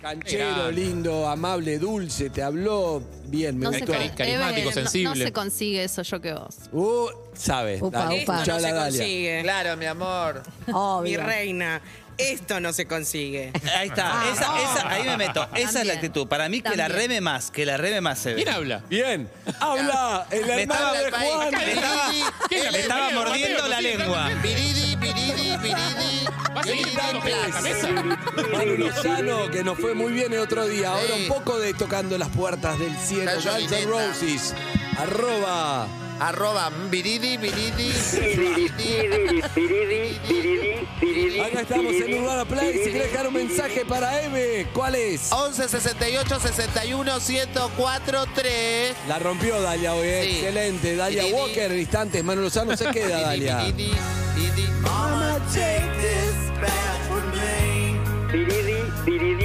Canchero, lindo, amable, dulce, te habló bien, me No se, gustó. con- Cari- carismático, Eben, no- sensible. no se consigue eso yo que vos. Uh, sabes. Upa, dale, upa. Esto escuchá no la se Dalia. consigue. Claro, mi amor. Mi Obvio. reina, esto no se consigue. Ah, Ahí está, esa, esa- ahí me meto. Esa es la También. actitud. Para mí que la También. reme más, que la reme más se ve. ¿Quién habla? Bien, habla el Me hermano estaba- de Juan. me estaba, ¿Qué es la me estaba pelea de mordiendo Mateo? la Sí, lengua. Biridi, biridi, biridi. ¿Va a seguir tirando pelos en la pues. mesa? Manu Lozano, que nos fue muy bien el otro día. Ahora Sí. un poco de tocando las puertas del cielo. Está Guns N' llovineta. Roses. Arroba. Arroba biridi, biridi. Piridi, piridi, piridi, piridi, piridi, Acá estamos en piridi, Urbana Play. Si piridi, querés dejar un piridi. mensaje para Eve, ¿cuál es? 11 68 61 104 3. La rompió Dalia hoy, eh. Sí. excelente. Dalia Piriri. Walker, en instantes. Manu Lozano se queda, Dalia. Biridi, biridi. Piridi, piridi,